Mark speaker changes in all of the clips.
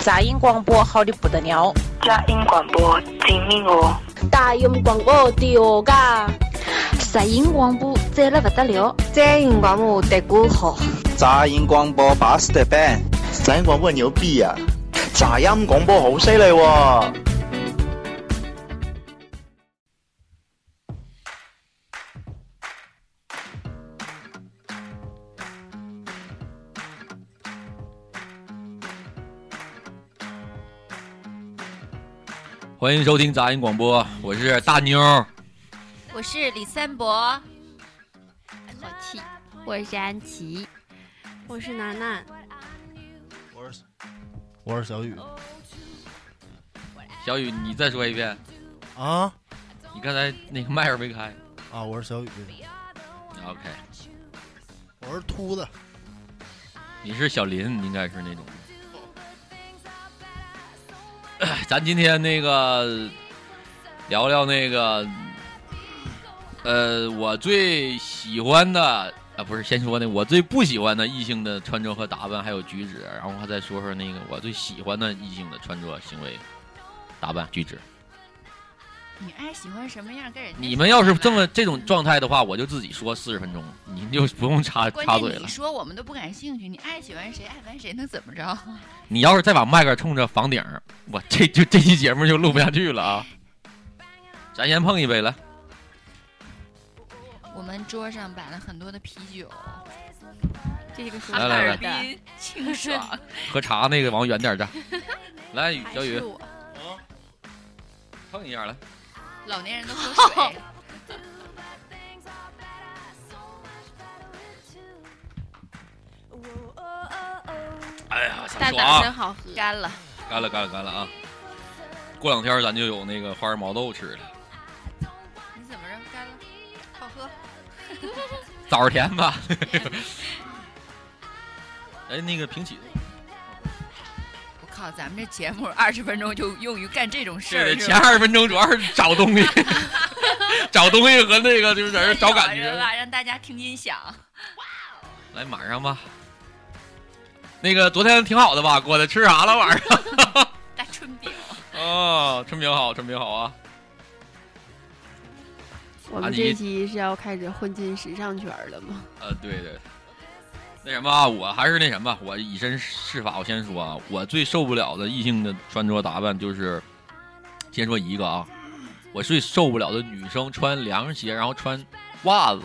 Speaker 1: 杂音广播好的不得了，
Speaker 2: 佳音广播精明哦，
Speaker 3: 大音广播的哦嘎，
Speaker 4: 杂音广播赞了不得了，
Speaker 5: 杂音广播的歌好，
Speaker 6: 杂音广播巴适的板，
Speaker 7: 杂音广播牛逼啊！杂音廣播好犀利喎！
Speaker 8: 欢迎收听杂音广播，我是大妞儿。
Speaker 9: 我是李三博，哎好气，
Speaker 4: 我是安琪，
Speaker 10: 我是楠楠，
Speaker 11: 我是我是小雨
Speaker 8: 小雨，你再说一遍，
Speaker 11: 啊
Speaker 8: 你刚才那个麦儿没开。
Speaker 11: 啊，我是小雨，
Speaker 8: OK，
Speaker 11: 我是秃子，
Speaker 8: 你是小林，应该是那种。 哎咱今天那个聊聊那个，呃，我最喜欢的啊，不是先说那我最不喜欢的异性的穿着和打扮，还有举止，然后还再说说那个我最喜欢的异性的穿着行为、打扮、举止。
Speaker 9: 你爱喜欢什么样跟人家
Speaker 8: 你们要是
Speaker 9: 说
Speaker 8: 这么
Speaker 9: 吧
Speaker 8: 这种状态的话，我就自己说四十分钟，你们就不用插
Speaker 9: 关
Speaker 8: 插嘴
Speaker 9: 键
Speaker 8: 了
Speaker 9: 你。说我们都不感兴趣，你爱喜欢谁爱烦谁能怎么着？
Speaker 8: 你要是再把麦克冲着房顶儿，我这 就这期节目就录不下去了 啊！咱先碰一杯来，
Speaker 9: 我们桌上摆了很多的啤酒，
Speaker 4: 这个是
Speaker 8: 来
Speaker 9: 哈
Speaker 8: 来
Speaker 9: 尔
Speaker 8: 来
Speaker 9: 滨清爽，
Speaker 8: 喝茶那个往远点 儿站。来，小雨
Speaker 10: 我
Speaker 8: 碰一下来，
Speaker 9: 老年人都 喝水。
Speaker 8: 哎呀，
Speaker 10: 大
Speaker 8: 咱说
Speaker 10: 枣
Speaker 8: 啊
Speaker 10: 真，好喝，
Speaker 9: 干了，
Speaker 8: 干了干了干了啊！过两天咱就有那个花儿毛豆吃了，
Speaker 9: 你怎么着？干了，好喝。
Speaker 8: 枣儿甜 吧？ 哎，那个平起，
Speaker 9: 我靠，咱们这节目二十分钟就用于干这种事
Speaker 8: 是
Speaker 9: 儿，
Speaker 8: 的，
Speaker 9: 是
Speaker 8: 前
Speaker 9: 吧？
Speaker 8: 二十分钟主要是找东西， 找东西和那个就是在这找感
Speaker 9: 太咬人
Speaker 8: 觉。
Speaker 9: 了，哎让大家听音响。
Speaker 8: 来，马上吧。那个昨天挺好的吧？过得吃啥了晚上？
Speaker 9: 大春饼，
Speaker 8: 哦，春饼好，春饼好啊！
Speaker 10: 我
Speaker 8: 啊
Speaker 10: 们
Speaker 8: 你
Speaker 10: 这期是要开始混进时尚圈了吗？
Speaker 8: 呃，对对，那什么啊，我还是那什么，我以身试法。我先说啊，我最受不了的异性的穿着打扮就是，先说一个啊，我最受不了的女生穿凉鞋，然后穿袜子，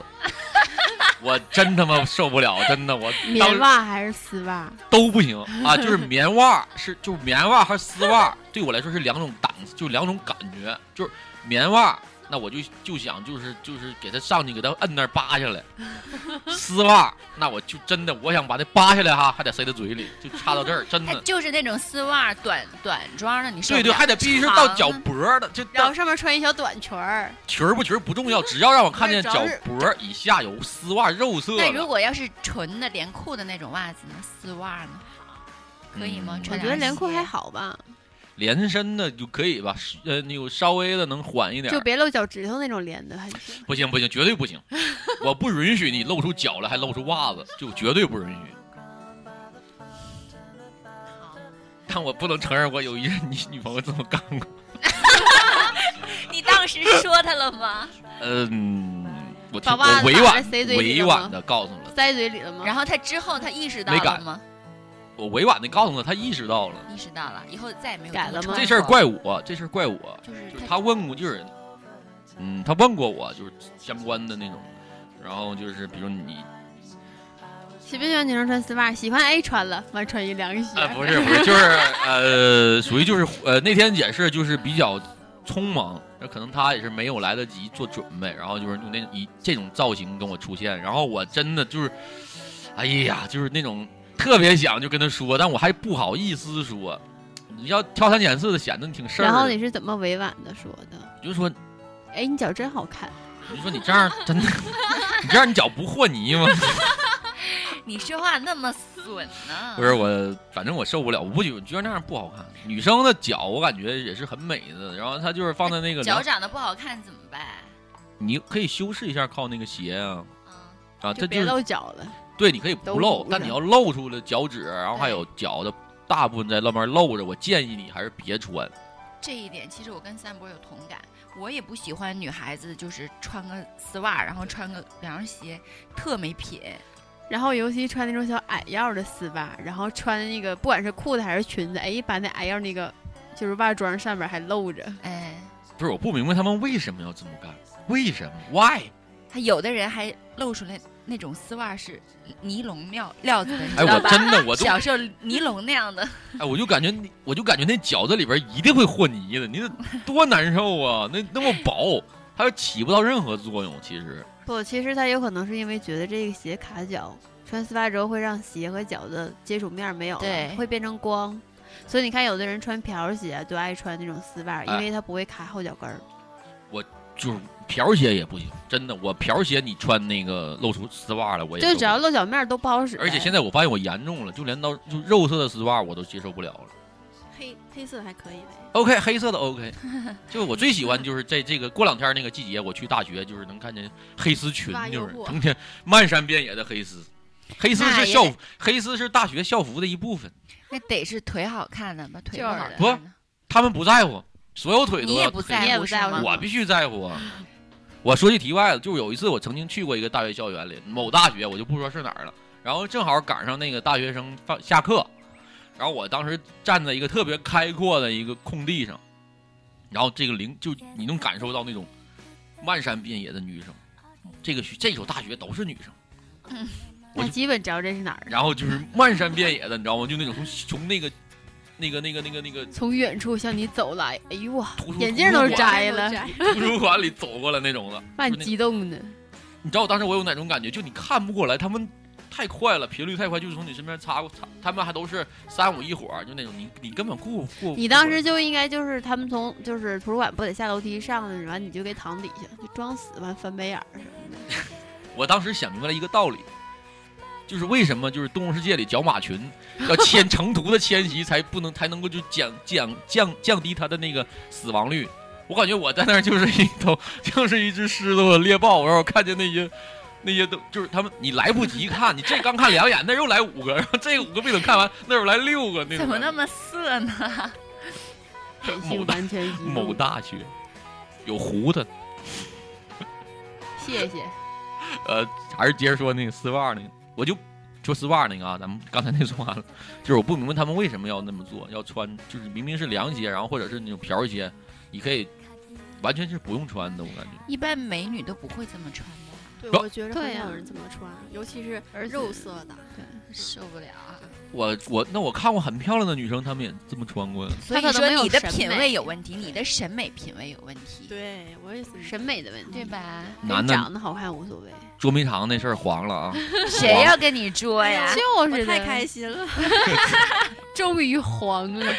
Speaker 8: 我真他妈受不了，真的，我
Speaker 10: 棉
Speaker 8: 当时
Speaker 10: 袜还是丝袜？
Speaker 8: 都不 行啊，就是棉袜是就是棉袜和丝袜对我来说是两种档次，就两种感觉，就是棉袜那我就就想就是就是给它上去给它摁那儿扒下 来，丝袜那我就真的我想把它扒下来哈，还得塞它嘴里，就插到这儿，真
Speaker 9: 它
Speaker 10: 哎
Speaker 8: 的，
Speaker 9: 就是那种丝袜短短装的，你受
Speaker 8: 对
Speaker 9: 不
Speaker 8: 对，
Speaker 9: 了
Speaker 8: 还得必须是到脚脖儿的，这
Speaker 10: 啊然后
Speaker 8: 到
Speaker 10: 上面穿一小短裙儿，
Speaker 8: 裙儿不裙儿不重要，只要让我看见
Speaker 10: 不是主
Speaker 8: 脚
Speaker 10: 要是
Speaker 8: 脖儿以下有丝袜肉色
Speaker 9: 那如
Speaker 8: 的，
Speaker 9: 果要是纯的连裤的那种袜子呢？丝袜呢？可以吗
Speaker 8: 嗯？
Speaker 10: 我
Speaker 9: 穿
Speaker 10: 觉得
Speaker 9: 凉
Speaker 10: 连裤
Speaker 9: 鞋
Speaker 10: 还好吧，
Speaker 8: 连身的就可以吧，是呃，有稍微的能缓一点儿，
Speaker 10: 就别露脚趾头那种连的还行。
Speaker 8: 不行不行，绝对不行！我不允许你露出脚来，还露出袜子，就绝对不允许。
Speaker 9: 好。
Speaker 8: 但我不能承认我有一任女女朋友这么干过。
Speaker 9: 你当时说他 了吗？
Speaker 8: 嗯，我听
Speaker 10: 把袜
Speaker 8: 我
Speaker 10: 子
Speaker 8: 委
Speaker 10: 拿
Speaker 8: 婉
Speaker 10: 着塞嘴里
Speaker 8: 委
Speaker 10: 了
Speaker 8: 婉
Speaker 10: 吗
Speaker 8: 的告诉了，
Speaker 10: 塞嘴里了吗？
Speaker 9: 然后他之后他意识到
Speaker 8: 没
Speaker 9: 了
Speaker 8: 敢
Speaker 9: 吗？
Speaker 8: 我委婉的告诉他，他意识到
Speaker 10: 哦
Speaker 8: 了
Speaker 9: 意识到了，以后再也没有
Speaker 10: 改
Speaker 9: 么
Speaker 10: 了
Speaker 9: 穿
Speaker 10: 吗
Speaker 8: 这事儿
Speaker 9: 过，
Speaker 8: 怪我，这事儿怪我。
Speaker 9: 就是
Speaker 8: 就是他
Speaker 9: 他
Speaker 8: 问过，就是嗯，他问过我，就是相关的那种。然后就是比如你
Speaker 10: 喜不喜欢女生穿丝袜？喜欢 A 穿了，完穿一凉鞋。
Speaker 8: 呃，不是不是，就是呃，属于就是呃，那天也是就是比较匆忙，那可能他也是没有来得及做准备，然后就是用那以这种造型跟我出现，然后我真的就是，哎呀，就是那种特别想就跟他说，但我还不好意思说，你要挑三拣四的，显得你挺事儿
Speaker 10: 然后
Speaker 8: 的，
Speaker 10: 你是怎么委婉的说的？
Speaker 8: 你就说
Speaker 10: 哎，你脚真好看，
Speaker 8: 你就说你这样真的，你这样你脚不和泥吗？
Speaker 9: 你说话那么损呢？
Speaker 8: 不是我，反正我受不了，我不觉觉得那样不好看。女生的脚我感觉也是很美的，然后她就是放在那个
Speaker 9: 脚
Speaker 8: 两
Speaker 9: 长得不好看怎么办？
Speaker 8: 你可以修饰一下靠那个鞋啊
Speaker 9: 嗯，
Speaker 8: 啊，这
Speaker 10: 就别
Speaker 8: 就是
Speaker 10: 露脚了。
Speaker 8: 对，你可以不
Speaker 10: 都
Speaker 8: 露
Speaker 10: 捂，
Speaker 8: 但
Speaker 10: 着
Speaker 8: 你要露出了脚趾，然后还有脚的大部分在外面露着，我建议你还是别穿。
Speaker 9: 这一点其实我跟三博有同感，我也不喜欢女孩子就是穿个丝袜，然后穿个凉鞋，特没品。
Speaker 10: 然后尤其穿那种小矮腰的丝袜，然后穿那个不管是裤子还是裙子，哎，把那矮腰那个就是袜装上面还露着，
Speaker 9: 哎，
Speaker 8: 不是，我不明白他们为什么要这么干，为什么？Why？
Speaker 9: 他有的人还露出来那种丝袜是尼龙料料子的，你
Speaker 8: 哎，
Speaker 9: 知道
Speaker 8: 我
Speaker 9: 吧？
Speaker 8: 真的我都
Speaker 9: 小时候尼龙那样的，
Speaker 8: 哎，我就感觉你，我就感觉那脚在里边一定会和泥的，你得多难受啊！那那么薄，它起不到任何作用。其实，
Speaker 10: 不，其实他有可能是因为觉得这个鞋卡脚，穿丝袜之后会让鞋和脚的接触面儿没有了
Speaker 9: 对
Speaker 10: 会变成光。所以你看，有的人穿瓢鞋就爱穿那种丝袜，因
Speaker 8: 哎
Speaker 10: 为它不会卡后脚跟儿。
Speaker 8: 就是瓢鞋也不行，真的，我瓢鞋你穿那个露出丝袜来，我也
Speaker 10: 就
Speaker 8: 受
Speaker 10: 只
Speaker 8: 不了
Speaker 10: 要露脚面儿都不好使。
Speaker 8: 而且现在我发现我严重了，就连到
Speaker 9: 嗯
Speaker 8: 就肉色的丝袜我都接受不了了。
Speaker 10: 黑黑色还可以呗。
Speaker 8: OK，黑色的 OK，就我最喜欢就是在这个过两天那个季节，我去大学就是能看见黑丝裙
Speaker 10: 哇，
Speaker 8: 就
Speaker 10: 诱
Speaker 8: 是
Speaker 10: 惑
Speaker 8: 成天漫山遍野的黑丝，黑丝
Speaker 9: 那
Speaker 8: 是
Speaker 9: 也
Speaker 8: 校服，黑丝是大学校服的一部分，
Speaker 9: 那得是腿好看的吧？腿不好
Speaker 8: 不
Speaker 9: 看的，
Speaker 8: 他们不在乎，所有腿都
Speaker 9: 你
Speaker 8: 要
Speaker 9: 也不
Speaker 8: 黑
Speaker 9: 在
Speaker 10: 啊你
Speaker 9: 乎，
Speaker 10: 也不在乎
Speaker 9: 是吗
Speaker 8: 我必须在乎啊！我说句题外的，就是有一次我曾经去过一个大学校园里，某大学我就不说是哪儿了，然后正好赶上那个大学生放下课，然后我当时站在一个特别开阔的一个空地上，然后这个灵就你能感受到那种漫山遍野的女生，这个学这所大学都是女生，我
Speaker 10: 那
Speaker 8: 就
Speaker 10: 基本知道这是哪儿，
Speaker 8: 然后就是漫山遍野的，你知道吗？就那种从从那个那个那个那个那个
Speaker 10: 从远处向你走来，哎呦哇
Speaker 8: 图书，
Speaker 10: 眼镜都
Speaker 8: 图书
Speaker 10: 摘了，
Speaker 8: 图书馆里走过来那 种的，
Speaker 10: 把
Speaker 8: 就
Speaker 10: 你
Speaker 8: 那
Speaker 10: 激动的。
Speaker 8: 你知道我当时我有哪种感觉？就你看不过来，他们太快了，频率太快，就是从你身边擦过擦，他们还都是三五一伙儿，就那种你你根本顾顾。
Speaker 10: 你当时就应该就是他们从就是图书馆不得下楼梯上来，完你就给躺底下，就装死完翻白眼儿 什么的。
Speaker 8: 我当时想明白了一个道理，就是为什么就是《动物世界》里角马群 要迁成途的迁徙才不能才能够就降降降降低它的那个死亡率。我感觉我在那儿就是一头 就是一只狮子或者猎豹，然后看见那些。那些都就是他们，你来不及看，你这刚看两眼，那又来五个，然后这五个没等看完，那又来六个，那种
Speaker 9: 怎么
Speaker 8: 感觉
Speaker 9: 那么色呢？
Speaker 10: 人
Speaker 8: 某
Speaker 10: 性
Speaker 8: 大
Speaker 10: 完全一动
Speaker 8: 某大学有胡子，
Speaker 10: 谢谢。
Speaker 8: 呃，还是接着说那个丝袜那个，我就说丝袜那个啊，咱们刚才那说完了，就是我不明白他们为什么要那么做，要穿就是明明是凉鞋，然后或者是那种瓢鞋，你可以完全是不用穿的，我感觉。
Speaker 9: 一般美女都不会这么穿
Speaker 10: 啊
Speaker 9: 吧？
Speaker 12: 对，
Speaker 8: 不
Speaker 12: 我觉得
Speaker 10: 对
Speaker 12: 很少
Speaker 10: 呀
Speaker 12: 有人这么穿，尤其是
Speaker 10: 而且
Speaker 12: 肉色的。
Speaker 9: 受不了啊！
Speaker 8: 我我那我看过很漂亮的女生，她们也这么穿过呀。
Speaker 9: 所以
Speaker 10: 她可能没
Speaker 9: 说
Speaker 10: 有
Speaker 9: 你的
Speaker 10: 审
Speaker 9: 品
Speaker 10: 美
Speaker 9: 味有问题，你的审美品味有问题，
Speaker 12: 对，我也是这么觉得
Speaker 10: 审美的问题，
Speaker 9: 对？吧？
Speaker 8: 男的
Speaker 10: 长得好看无所谓，
Speaker 8: 捉迷藏那事儿黄了 啊！
Speaker 9: 谁要跟你捉呀？
Speaker 10: 就
Speaker 12: 啊我
Speaker 10: 是
Speaker 12: 太
Speaker 10: 的
Speaker 12: 开，心了，
Speaker 10: 终于黄 了。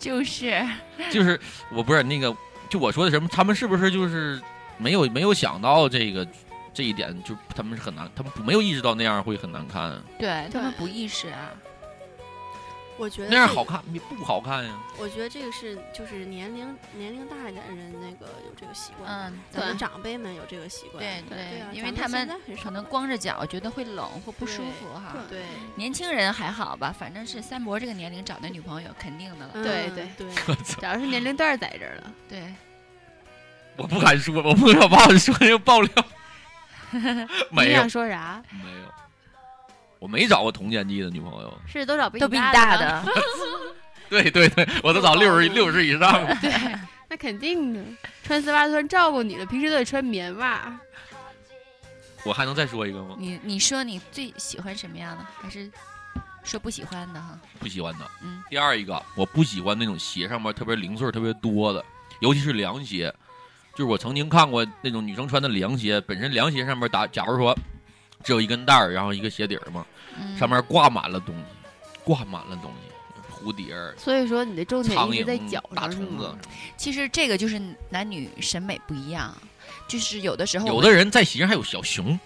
Speaker 9: 就是
Speaker 8: 就是我不是那个，就我说的什么，他们是不是就是没有没有想到这个这一点，就他们是很难，他们没有意识到那样会很难看啊。
Speaker 9: 对他
Speaker 12: 对
Speaker 9: 们不意识啊。
Speaker 12: 我觉得
Speaker 8: 那样
Speaker 12: 这
Speaker 8: 好看，你不好看呀？
Speaker 12: 我觉得这个是就是年龄年龄大一点的人那个有这个习惯，
Speaker 9: 嗯，
Speaker 12: 咱们
Speaker 10: 对
Speaker 12: 长辈们有这个习惯，
Speaker 9: 对
Speaker 12: 对啊，
Speaker 9: 因为
Speaker 12: 咱
Speaker 9: 他
Speaker 12: 们
Speaker 9: 们
Speaker 12: 现在很少
Speaker 9: 可能
Speaker 12: 会
Speaker 9: 光着脚觉得会冷或不舒
Speaker 12: 对
Speaker 9: 服哈。
Speaker 12: 对
Speaker 9: 年轻人还好吧，反正是三伯这个年龄找那女朋友肯定的了。
Speaker 12: 嗯
Speaker 10: 对对
Speaker 12: 对，
Speaker 8: 我操！
Speaker 10: 主要是年龄段儿在这儿了，
Speaker 9: 对，
Speaker 8: 我不敢说，我不敢把我说这个爆料。 没
Speaker 10: 你
Speaker 8: 有
Speaker 10: 想，说啥？
Speaker 8: 没有，我没找过同年纪的女朋友。
Speaker 10: 是多少比
Speaker 9: 都比你
Speaker 10: 大
Speaker 9: 大
Speaker 10: 的吗，
Speaker 9: 的，
Speaker 8: 对对对，我 都找六
Speaker 10: 嗯
Speaker 8: 十六十以上的。
Speaker 10: 那肯定的。穿丝袜算照顾你了，平时都得穿棉袜。
Speaker 8: 我还能再说一个吗？
Speaker 10: 嗯
Speaker 9: 你你说你最喜欢什么样的？还是说不喜欢的哈？
Speaker 8: 不喜欢的。
Speaker 9: 嗯，
Speaker 8: 第二一个，我不喜欢那种鞋上面特别零碎儿特别多的，尤其是凉鞋。就是我曾经看过那种女生穿的凉鞋，本身凉鞋上面打，假如说只有一根带儿，然后一个鞋底儿嘛，
Speaker 9: 嗯
Speaker 8: 上面挂满了东西，挂满了东西，蝴蝶儿、
Speaker 10: 所以说你的重点
Speaker 8: 苍
Speaker 10: 一直在脚
Speaker 8: 蝇、大
Speaker 10: 上，是
Speaker 8: 虫子
Speaker 10: 吗？。
Speaker 9: 其实这个就是男女审美不一样，啊就是有的时候
Speaker 8: 有的人在鞋上还有小熊，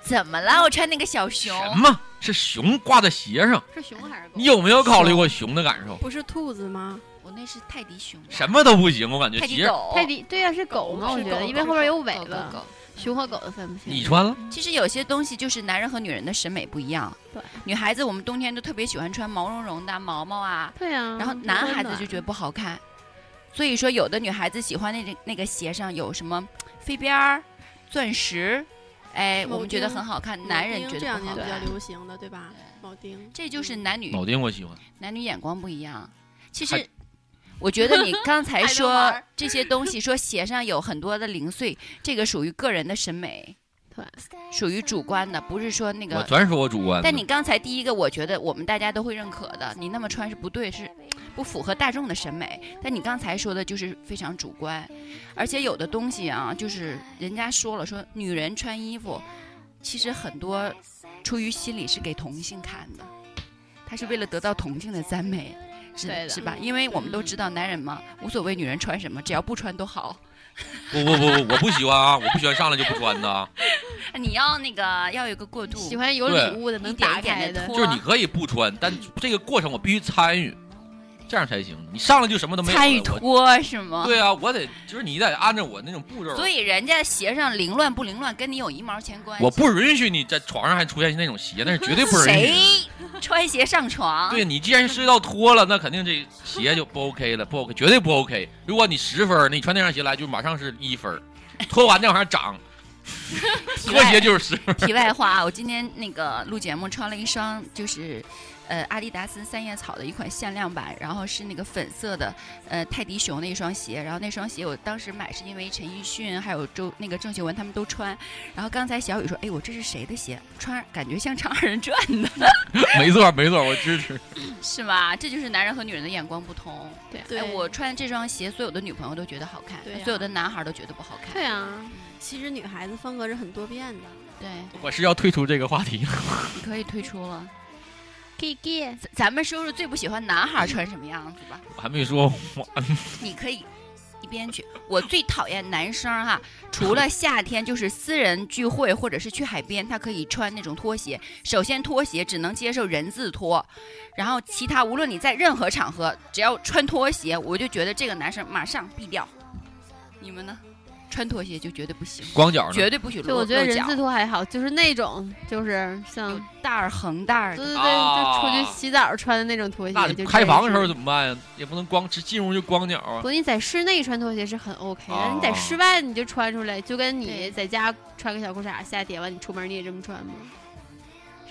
Speaker 9: 怎么了？我穿那个小熊，
Speaker 8: 什么是熊挂在鞋上。
Speaker 10: 是熊还是狗？
Speaker 8: 你有没有考虑过熊的感受？
Speaker 12: 不是兔子吗？
Speaker 9: 我那是泰迪熊，
Speaker 8: 什么都不行，我感觉
Speaker 9: 泰迪
Speaker 8: 鞋
Speaker 9: 狗
Speaker 10: 泰迪对呀、是狗嘛？
Speaker 9: 狗
Speaker 10: 我
Speaker 9: 是
Speaker 10: 觉得，
Speaker 9: 狗
Speaker 10: 因为
Speaker 9: 狗
Speaker 10: 后边
Speaker 9: 是
Speaker 10: 有
Speaker 9: 狗
Speaker 10: 尾
Speaker 9: 狗
Speaker 10: 巴
Speaker 9: 狗，
Speaker 10: 熊和狗的分不清。
Speaker 8: 你穿了？
Speaker 9: 其实有些东西就是男人和女人的审美不一样。
Speaker 10: 对，
Speaker 9: 女孩子我们冬天都特别喜欢穿毛茸茸的毛毛啊，
Speaker 10: 对呀、
Speaker 9: 然后男孩子就觉得不好看。所以说，有的女孩子喜欢那种那个鞋上有什么飞边儿、钻石，哎，我
Speaker 12: 铆
Speaker 9: 们觉得
Speaker 12: 钉
Speaker 9: 很好看，
Speaker 12: 铆
Speaker 9: 男人
Speaker 12: 钉
Speaker 9: 觉
Speaker 12: 这
Speaker 9: 得
Speaker 12: 两
Speaker 9: 不
Speaker 12: 年
Speaker 9: 好
Speaker 12: 比较
Speaker 9: 看。
Speaker 12: 流行的，对吧？嗯铆钉，
Speaker 9: 这就是男女
Speaker 8: 铆钉我喜欢，
Speaker 9: 男女眼光不一样。其
Speaker 8: 还
Speaker 9: 实，我觉得你刚才
Speaker 10: 还能玩
Speaker 9: 说
Speaker 10: 儿
Speaker 9: 这些东西，说鞋上有很多的零碎，这个属于个人的审美，
Speaker 10: 对，
Speaker 9: 属于主观的，不是说那
Speaker 8: 我
Speaker 9: 个。
Speaker 8: 全说我主观的。
Speaker 9: 但你刚才第一个，我觉得我们大家都会认可的，你那么穿是不对，是不符合大众的审美。但你刚才说的就是非常主观，而且有的东西啊，就是人家说了，说女人穿衣服，其实很多出于心理是给同性看的，他是为了得到同性的赞美，是
Speaker 10: 对的嗯
Speaker 9: 是吧？因为我们都知道男人嘛，无所谓女人穿什么，只要不穿都好。
Speaker 8: 不不不不，我不喜欢啊，我不喜欢上来就不穿的啊。
Speaker 9: 你要那个要有一个过渡，
Speaker 10: 喜欢有
Speaker 8: 对
Speaker 10: 礼物的，能
Speaker 9: 一点
Speaker 10: 打
Speaker 9: 一点
Speaker 10: 开
Speaker 9: 地
Speaker 10: 的。
Speaker 9: 脱
Speaker 8: 就是你可以不穿，但这个过程我必须参与，这样才行。你上来就什么都没有了，
Speaker 9: 参与
Speaker 8: 我
Speaker 9: 脱是吗？
Speaker 8: 对啊，我得就是你得按照我那种步骤。
Speaker 9: 所以人家鞋上凌乱不凌乱，跟你有一毛钱关系？
Speaker 8: 我不允许你在床上还出现那种鞋，那是绝对不允许
Speaker 9: 谁
Speaker 8: 的。
Speaker 9: 穿鞋上
Speaker 10: 啊
Speaker 9: 床？
Speaker 8: 对你既然睡到脱了，那肯定这鞋就不 OK 了，不 OK，绝对不 OK。如果你十分儿，你穿那双鞋来就马上是一 分儿，脱完再往上涨，
Speaker 9: 题
Speaker 8: 拖 鞋
Speaker 9: 外
Speaker 8: 就是十分儿。
Speaker 9: 题外话，啊我今天那个录节目穿了一双就是。呃，阿迪达斯三叶草的一款限量版，然后是那个粉色的，呃，泰迪熊的一双鞋，然后那双鞋我当时买是因为陈奕迅还有周那个郑秀文他们都穿，然后刚才小雨说，哎，我这是谁的鞋？穿感觉像唱二人转的，
Speaker 8: 没错没错，我支持。
Speaker 9: 是吧？这就是男人和女人的眼光不同。
Speaker 10: 对
Speaker 12: 对
Speaker 9: 哎，我穿这双鞋，所有的女朋友都觉得好看，
Speaker 12: 对呀
Speaker 9: 所有的男孩都觉得不好看。
Speaker 10: 对
Speaker 9: 嗯
Speaker 10: 啊，
Speaker 12: 其实女孩子风格是很多变的。
Speaker 9: 对，
Speaker 8: 我是要退出这个话题。
Speaker 9: 你可以退出了。
Speaker 10: 给给，
Speaker 9: 咱咱们说说最不喜欢男孩穿什么样子吧。
Speaker 8: 我还没说完，
Speaker 9: 你可以一边去。我最讨厌男生哈，除了夏天就是私人聚会或者是去海边，他可以穿那种拖鞋。首先，拖鞋只能接受人字拖，然后其他无论你在任何场合，只要穿拖鞋，我就觉得这个男生马上毙掉。你们呢？穿拖鞋就绝对不行，
Speaker 8: 光脚呢
Speaker 9: 绝对不许
Speaker 10: 就
Speaker 9: 露
Speaker 10: 我
Speaker 9: 露
Speaker 10: 觉得人
Speaker 9: 脚
Speaker 10: 字。拖还好，就是那种就是像
Speaker 9: 有带儿横带儿
Speaker 10: 对
Speaker 9: 的，
Speaker 10: 对对，
Speaker 8: 啊
Speaker 10: 就出去洗澡穿的那种拖
Speaker 8: 那
Speaker 10: 鞋。就
Speaker 8: 开房的时候
Speaker 10: 真是
Speaker 8: 怎么办呀？也不能光只进屋就光脚啊。
Speaker 10: 不，你在室内穿拖鞋是很 OK 的，
Speaker 8: 啊
Speaker 10: 你在室外你就穿出来，就跟你
Speaker 9: 对
Speaker 10: 在家穿个小裤衩下跌完，你出门你也这么穿吗？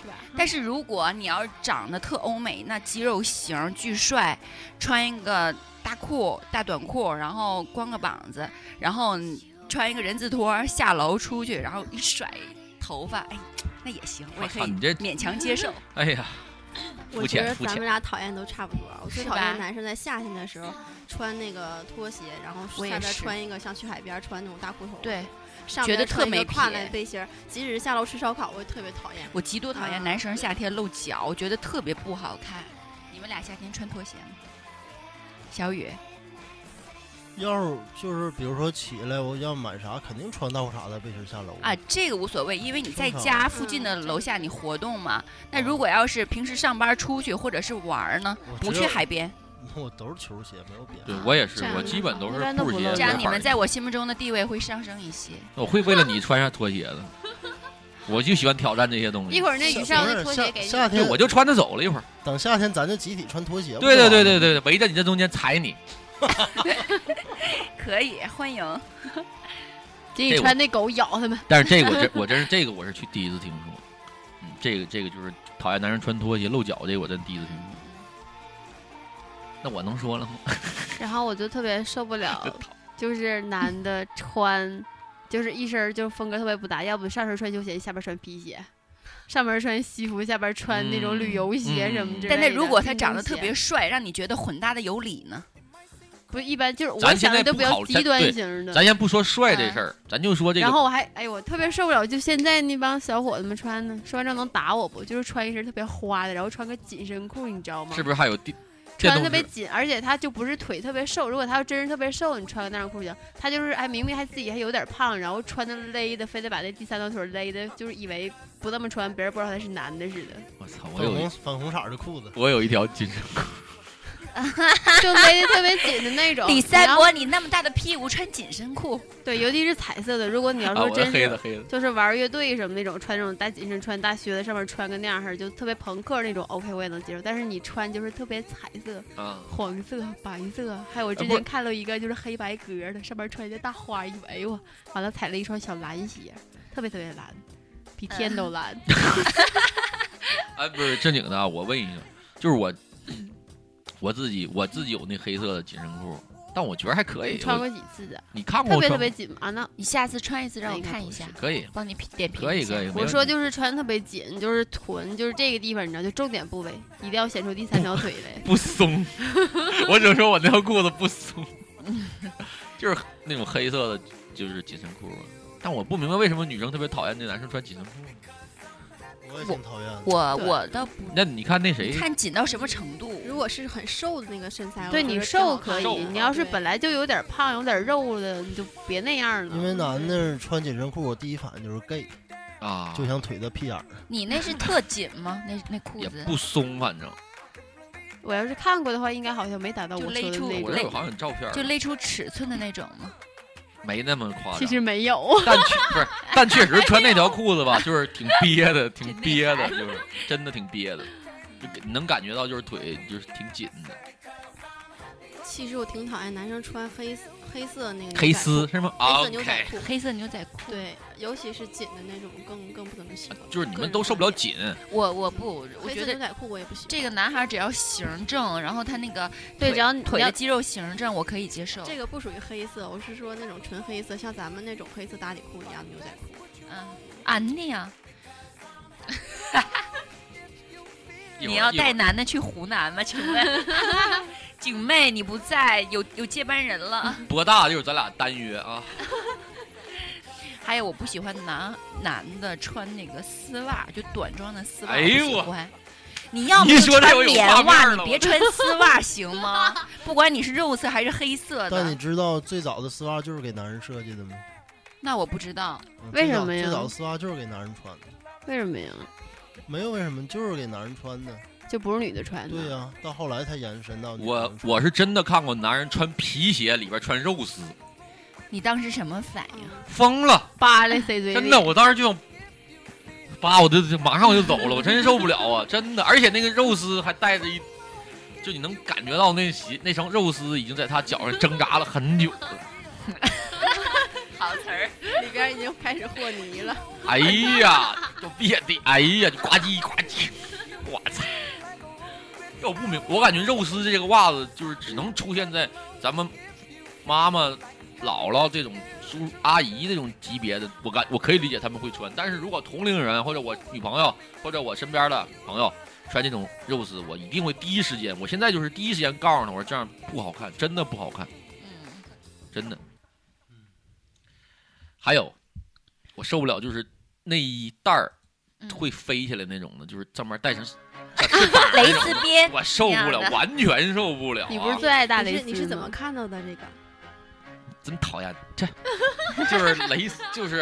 Speaker 10: 是吧？
Speaker 9: 但是如果你要是长得特欧美，那肌肉型巨帅，穿一个大裤、大短裤，然后光个膀子，然后穿一个人字拖下楼出去，然后一甩头发，哎，那也行，我也可
Speaker 8: 我操
Speaker 9: 以
Speaker 8: 你这
Speaker 9: 勉强 接受。
Speaker 8: 哎呀，
Speaker 12: 我
Speaker 8: 肤
Speaker 12: 觉
Speaker 8: 浅
Speaker 12: 得
Speaker 8: 肤
Speaker 12: 咱
Speaker 8: 浅
Speaker 12: 们俩讨厌都差不多。我最
Speaker 9: 是
Speaker 12: 讨
Speaker 9: 吧
Speaker 12: 厌男生在夏天的时候穿那个拖鞋，然后
Speaker 9: 我也
Speaker 12: 下边
Speaker 9: 是
Speaker 12: 穿一个像去海边穿那种大裤头，，
Speaker 9: 对
Speaker 12: 上
Speaker 9: 觉
Speaker 12: 边
Speaker 9: 得特
Speaker 12: 穿一个
Speaker 9: 没
Speaker 12: 跨
Speaker 9: 品
Speaker 12: 栏背心儿，即使是下楼吃烧烤，我也特别讨厌。
Speaker 9: 我极度讨厌
Speaker 12: 啊
Speaker 9: 男生夏天露脚，我觉得特别不好看。你们俩夏天穿拖鞋吗？小雨，
Speaker 11: 要是就是比如说起来我要买啥，肯定穿大裤衩子背心下楼
Speaker 9: 啊，这个无所谓，因为你在
Speaker 11: 正常
Speaker 9: 家附近的楼下你活动嘛。那
Speaker 8: 嗯
Speaker 9: 如果要是平时上班出去或者是玩儿呢，
Speaker 11: 我
Speaker 9: 不
Speaker 11: 只
Speaker 9: 去
Speaker 11: 有
Speaker 9: 海边，
Speaker 11: 我都是球鞋，没有别
Speaker 8: 对
Speaker 11: 的。
Speaker 8: 我也是
Speaker 10: 这，样
Speaker 8: 我基本都是
Speaker 10: 一般都
Speaker 8: 布
Speaker 10: 不
Speaker 8: 鞋。
Speaker 10: 露
Speaker 9: 这样
Speaker 10: 我
Speaker 9: 你们在我心目中的地位会上升一些。
Speaker 8: 我会为了你穿上拖鞋的，我就喜欢挑战这些东
Speaker 10: 一
Speaker 8: 西。
Speaker 10: 会儿那雨上
Speaker 11: 不
Speaker 10: 那
Speaker 11: 是
Speaker 10: 拖
Speaker 11: 夏
Speaker 10: 鞋给你，
Speaker 11: 夏
Speaker 8: 对，
Speaker 11: 天
Speaker 8: 我就穿着走了一会儿。
Speaker 11: 等夏天咱就集体穿拖鞋。
Speaker 8: 对对对对
Speaker 11: 对，
Speaker 8: 对，围着你这中间踩你，
Speaker 9: 可以，欢迎。
Speaker 10: 给
Speaker 8: 这
Speaker 10: 你
Speaker 8: 哎我
Speaker 10: 穿那狗咬他们。
Speaker 8: 但是这个我真我真是这个我是去第一次听说，嗯，这个这个就是讨厌男人穿拖鞋露脚这个我真第一次听说。那我能说了
Speaker 10: 嗯
Speaker 8: 吗？
Speaker 10: 然后我就特别受不 了，就是男的穿，就是一身儿就是风格特别不搭，要不上身穿球鞋，下边穿皮鞋，上边穿西服，下边穿那种旅
Speaker 8: 嗯
Speaker 10: 游鞋什么之类的。
Speaker 9: 但是如果他长得
Speaker 10: 运动
Speaker 9: 特
Speaker 10: 鞋
Speaker 9: 别帅，让你觉得混搭的有理呢？
Speaker 10: 不一般，就是我
Speaker 8: 咱现
Speaker 10: 想的
Speaker 8: 在
Speaker 10: 都
Speaker 8: 不
Speaker 10: 比较
Speaker 8: 考
Speaker 10: 极
Speaker 8: 咱
Speaker 10: 端
Speaker 8: 对
Speaker 10: 型的。
Speaker 8: 咱先不说帅这事儿，咱就说这
Speaker 10: 嗯然
Speaker 8: 个
Speaker 10: 后我还哎呦，我特别受不了，就现在那帮小伙子们穿的，说完之后能打我不？就是穿一身特别花的，然后穿个紧身裤，你知道吗？
Speaker 8: 是不是还有地这
Speaker 10: 穿
Speaker 8: 都
Speaker 10: 特别
Speaker 8: 是
Speaker 10: 紧，而且他就不是腿特别瘦。如果他要真是特别瘦，你穿个那样的裤不行。他就是哎，明明还自己还有点胖，然后穿的勒的，非得把那第三条腿勒的，就是以为不这么穿，别人不知道他是男的似的，
Speaker 8: 我操，我
Speaker 11: 粉
Speaker 8: 有一
Speaker 11: 红粉红色儿的裤子，
Speaker 8: 我有一条紧身裤，
Speaker 10: 就勒的特别紧的那 种。
Speaker 9: 李三伯，
Speaker 10: 然后
Speaker 9: 你那么大的屁股穿紧身裤，
Speaker 10: 对，尤其是彩色的。如果你要
Speaker 8: 啊
Speaker 10: 说
Speaker 8: 我
Speaker 10: 真
Speaker 8: 黑
Speaker 10: 是
Speaker 8: 的黑的
Speaker 10: 就是玩乐队什么那种，穿那种大紧身、穿大靴子，上面穿个那样式儿，就特别朋克那种，OK 我也能接受。但是你穿就是特别彩色，
Speaker 8: 啊
Speaker 10: 黄色、白色，还有我之
Speaker 8: 啊不是
Speaker 10: 前看了一个就是黑白格的，上面穿一个大花衣服，哎呦我，完了踩了一双小蓝鞋，特别特别蓝，比天都蓝。
Speaker 8: 哎，不是正经的啊，我问一下，就是我我自己我自己有那黑色的紧身裤，但我觉得还可以。
Speaker 10: 你穿
Speaker 8: 我
Speaker 10: 过几次的？
Speaker 8: 你看过
Speaker 10: 特
Speaker 8: 我
Speaker 10: 别
Speaker 8: 穿
Speaker 10: 特
Speaker 8: 过
Speaker 10: 别啊紧吗？啊那
Speaker 9: 你下次穿一次让我看一下，
Speaker 8: 可以
Speaker 9: 帮你点评
Speaker 8: 可以
Speaker 9: 一下
Speaker 8: 可以没
Speaker 10: 我
Speaker 8: 问
Speaker 10: 说
Speaker 8: 题
Speaker 10: 就是穿特别紧，就是臀，就是这个地方，你知道，就重点部位一定要显出第三 条腿来。
Speaker 8: 不松， 我只能说我那条裤子不松，就是那种黑色的，就是紧身裤。但我不明白为什么女生特别讨厌那男生穿紧身裤。
Speaker 11: 我也挺讨厌的。
Speaker 9: 我
Speaker 12: 对
Speaker 9: 我倒不
Speaker 8: 那你看那谁，
Speaker 9: 看紧到什么程度，
Speaker 12: 如果是很瘦的那个身材，
Speaker 10: 对
Speaker 12: 啊我觉
Speaker 10: 你
Speaker 12: 得
Speaker 10: 瘦
Speaker 12: 挺好看
Speaker 10: 可以
Speaker 8: 瘦，
Speaker 10: 你要是
Speaker 12: 对
Speaker 10: 本来就有点胖、有点肉的，你就别那样了。
Speaker 11: 因为男的穿紧身裤，我第一反应就是 gay，
Speaker 8: 啊，
Speaker 11: 就想腿的屁眼儿。
Speaker 9: 你那是特紧吗？那那裤
Speaker 8: 也
Speaker 9: 子
Speaker 8: 不松，反正
Speaker 10: 我要是看过的话，应该好像没达到
Speaker 9: 就
Speaker 10: 我
Speaker 9: 勒
Speaker 10: 说的
Speaker 9: 住
Speaker 10: 那
Speaker 8: 我这有
Speaker 10: 种。
Speaker 8: 好像有照片儿，
Speaker 9: 就勒出尺寸的那种吗？
Speaker 8: 没那么夸
Speaker 10: 其
Speaker 8: 张。
Speaker 10: 实没有，
Speaker 8: 但确不是，但确实穿那条裤子吧， 就是挺憋的，挺憋的，就是真的挺憋的，就给能感觉到就是腿就是挺紧的。
Speaker 12: 其实我挺讨厌男生穿黑丝黑色那个
Speaker 8: 黑
Speaker 12: 牛仔
Speaker 8: 丝啊
Speaker 12: 裤
Speaker 8: 是吗
Speaker 12: 黑色牛仔
Speaker 8: ？OK，
Speaker 12: 裤，
Speaker 9: 黑色牛仔裤。
Speaker 12: 对，尤其是紧的那种更更不怎么喜欢。
Speaker 8: 啊就是你们都受不了紧，
Speaker 9: 我我不，我
Speaker 12: 黑
Speaker 9: 觉
Speaker 12: 色牛
Speaker 9: 得
Speaker 12: 仔裤我也不喜欢。
Speaker 9: 这个男孩只要形正，然后他那个
Speaker 10: 对，
Speaker 9: 腿
Speaker 10: 只要你
Speaker 9: 腿
Speaker 10: 要
Speaker 9: 的肌肉形正，我可以接受。
Speaker 12: 这个不属于黑色，我是说那种纯黑色，像咱们那种黑色打底裤一样的牛仔裤。
Speaker 9: 嗯啊那样，
Speaker 8: 一会儿
Speaker 9: 你要
Speaker 8: 一会儿
Speaker 9: 带男的去湖南吗？请 问，景妹你不在，有有接班人了。
Speaker 10: 嗯
Speaker 8: 博大就是咱俩单约啊，
Speaker 9: 还有我不喜欢男男的穿那个丝袜，就短装的丝袜，
Speaker 8: 哎
Speaker 9: 我
Speaker 8: 呦
Speaker 9: 不喜
Speaker 8: 我
Speaker 9: 欢。你要么
Speaker 8: 你
Speaker 9: 就
Speaker 8: 说这
Speaker 9: 穿
Speaker 8: 我有画
Speaker 9: 棉
Speaker 8: 面
Speaker 9: 袜，
Speaker 8: 了
Speaker 9: 你
Speaker 8: 我
Speaker 9: 别穿丝袜行吗？不管你是肉色还是黑色
Speaker 11: 但你
Speaker 9: 的，
Speaker 11: 知道最早的丝袜就是给男人设计的吗？
Speaker 9: 那我不知道。
Speaker 11: 嗯
Speaker 10: 为
Speaker 11: 最早
Speaker 10: 什么呀
Speaker 11: 最早的丝袜就是给男人穿的，
Speaker 10: 为什么呀？
Speaker 11: 没有为什么，就是给男人穿的。
Speaker 10: 就不是女的穿的。
Speaker 11: 对呀、到后来才延伸到女
Speaker 8: 我
Speaker 11: 人穿
Speaker 8: 我是真的看过男人穿皮鞋里边穿肉丝，
Speaker 9: 你当时什么反应？
Speaker 8: 疯了，
Speaker 10: 扒拉塞嘴里。
Speaker 8: 真的，我当时就想扒，我就就马上我就走了，我真受不了啊，真的，而且那个肉丝还带着一。就你能感觉到那鞋那层肉丝已经在他脚上挣扎了很久了，
Speaker 9: 好词儿，
Speaker 12: 里边已经开始和泥了。
Speaker 8: 哎呀，就别的，哎呀，就呱唧呱唧，我操！要我不明，我感觉肉丝这个袜子就是只能出现在咱们妈妈、姥姥这种叔阿姨这种级别的，我感我可以理解他们会穿，但是如果同龄人或者我女朋友或者我身边的朋友穿这种肉丝，我一定会第一时间，我现在就是第一时间告诉他，我说这样不好看，真的不好看，
Speaker 9: 嗯，
Speaker 8: 真的。还有，我受不了就是内衣带儿
Speaker 9: 嗯
Speaker 8: 会飞起来那种的，就是上面带上
Speaker 9: 蕾丝边
Speaker 8: 我受不
Speaker 9: 嗯那
Speaker 8: 了
Speaker 9: 样，的
Speaker 8: 完全受不了、啊。
Speaker 10: 你不是最爱大
Speaker 12: 你
Speaker 10: 蕾
Speaker 12: 是
Speaker 10: 丝
Speaker 12: 哦你是怎么
Speaker 10: 吗
Speaker 12: 看到的这个？
Speaker 8: 真讨厌，这就是蕾丝，就是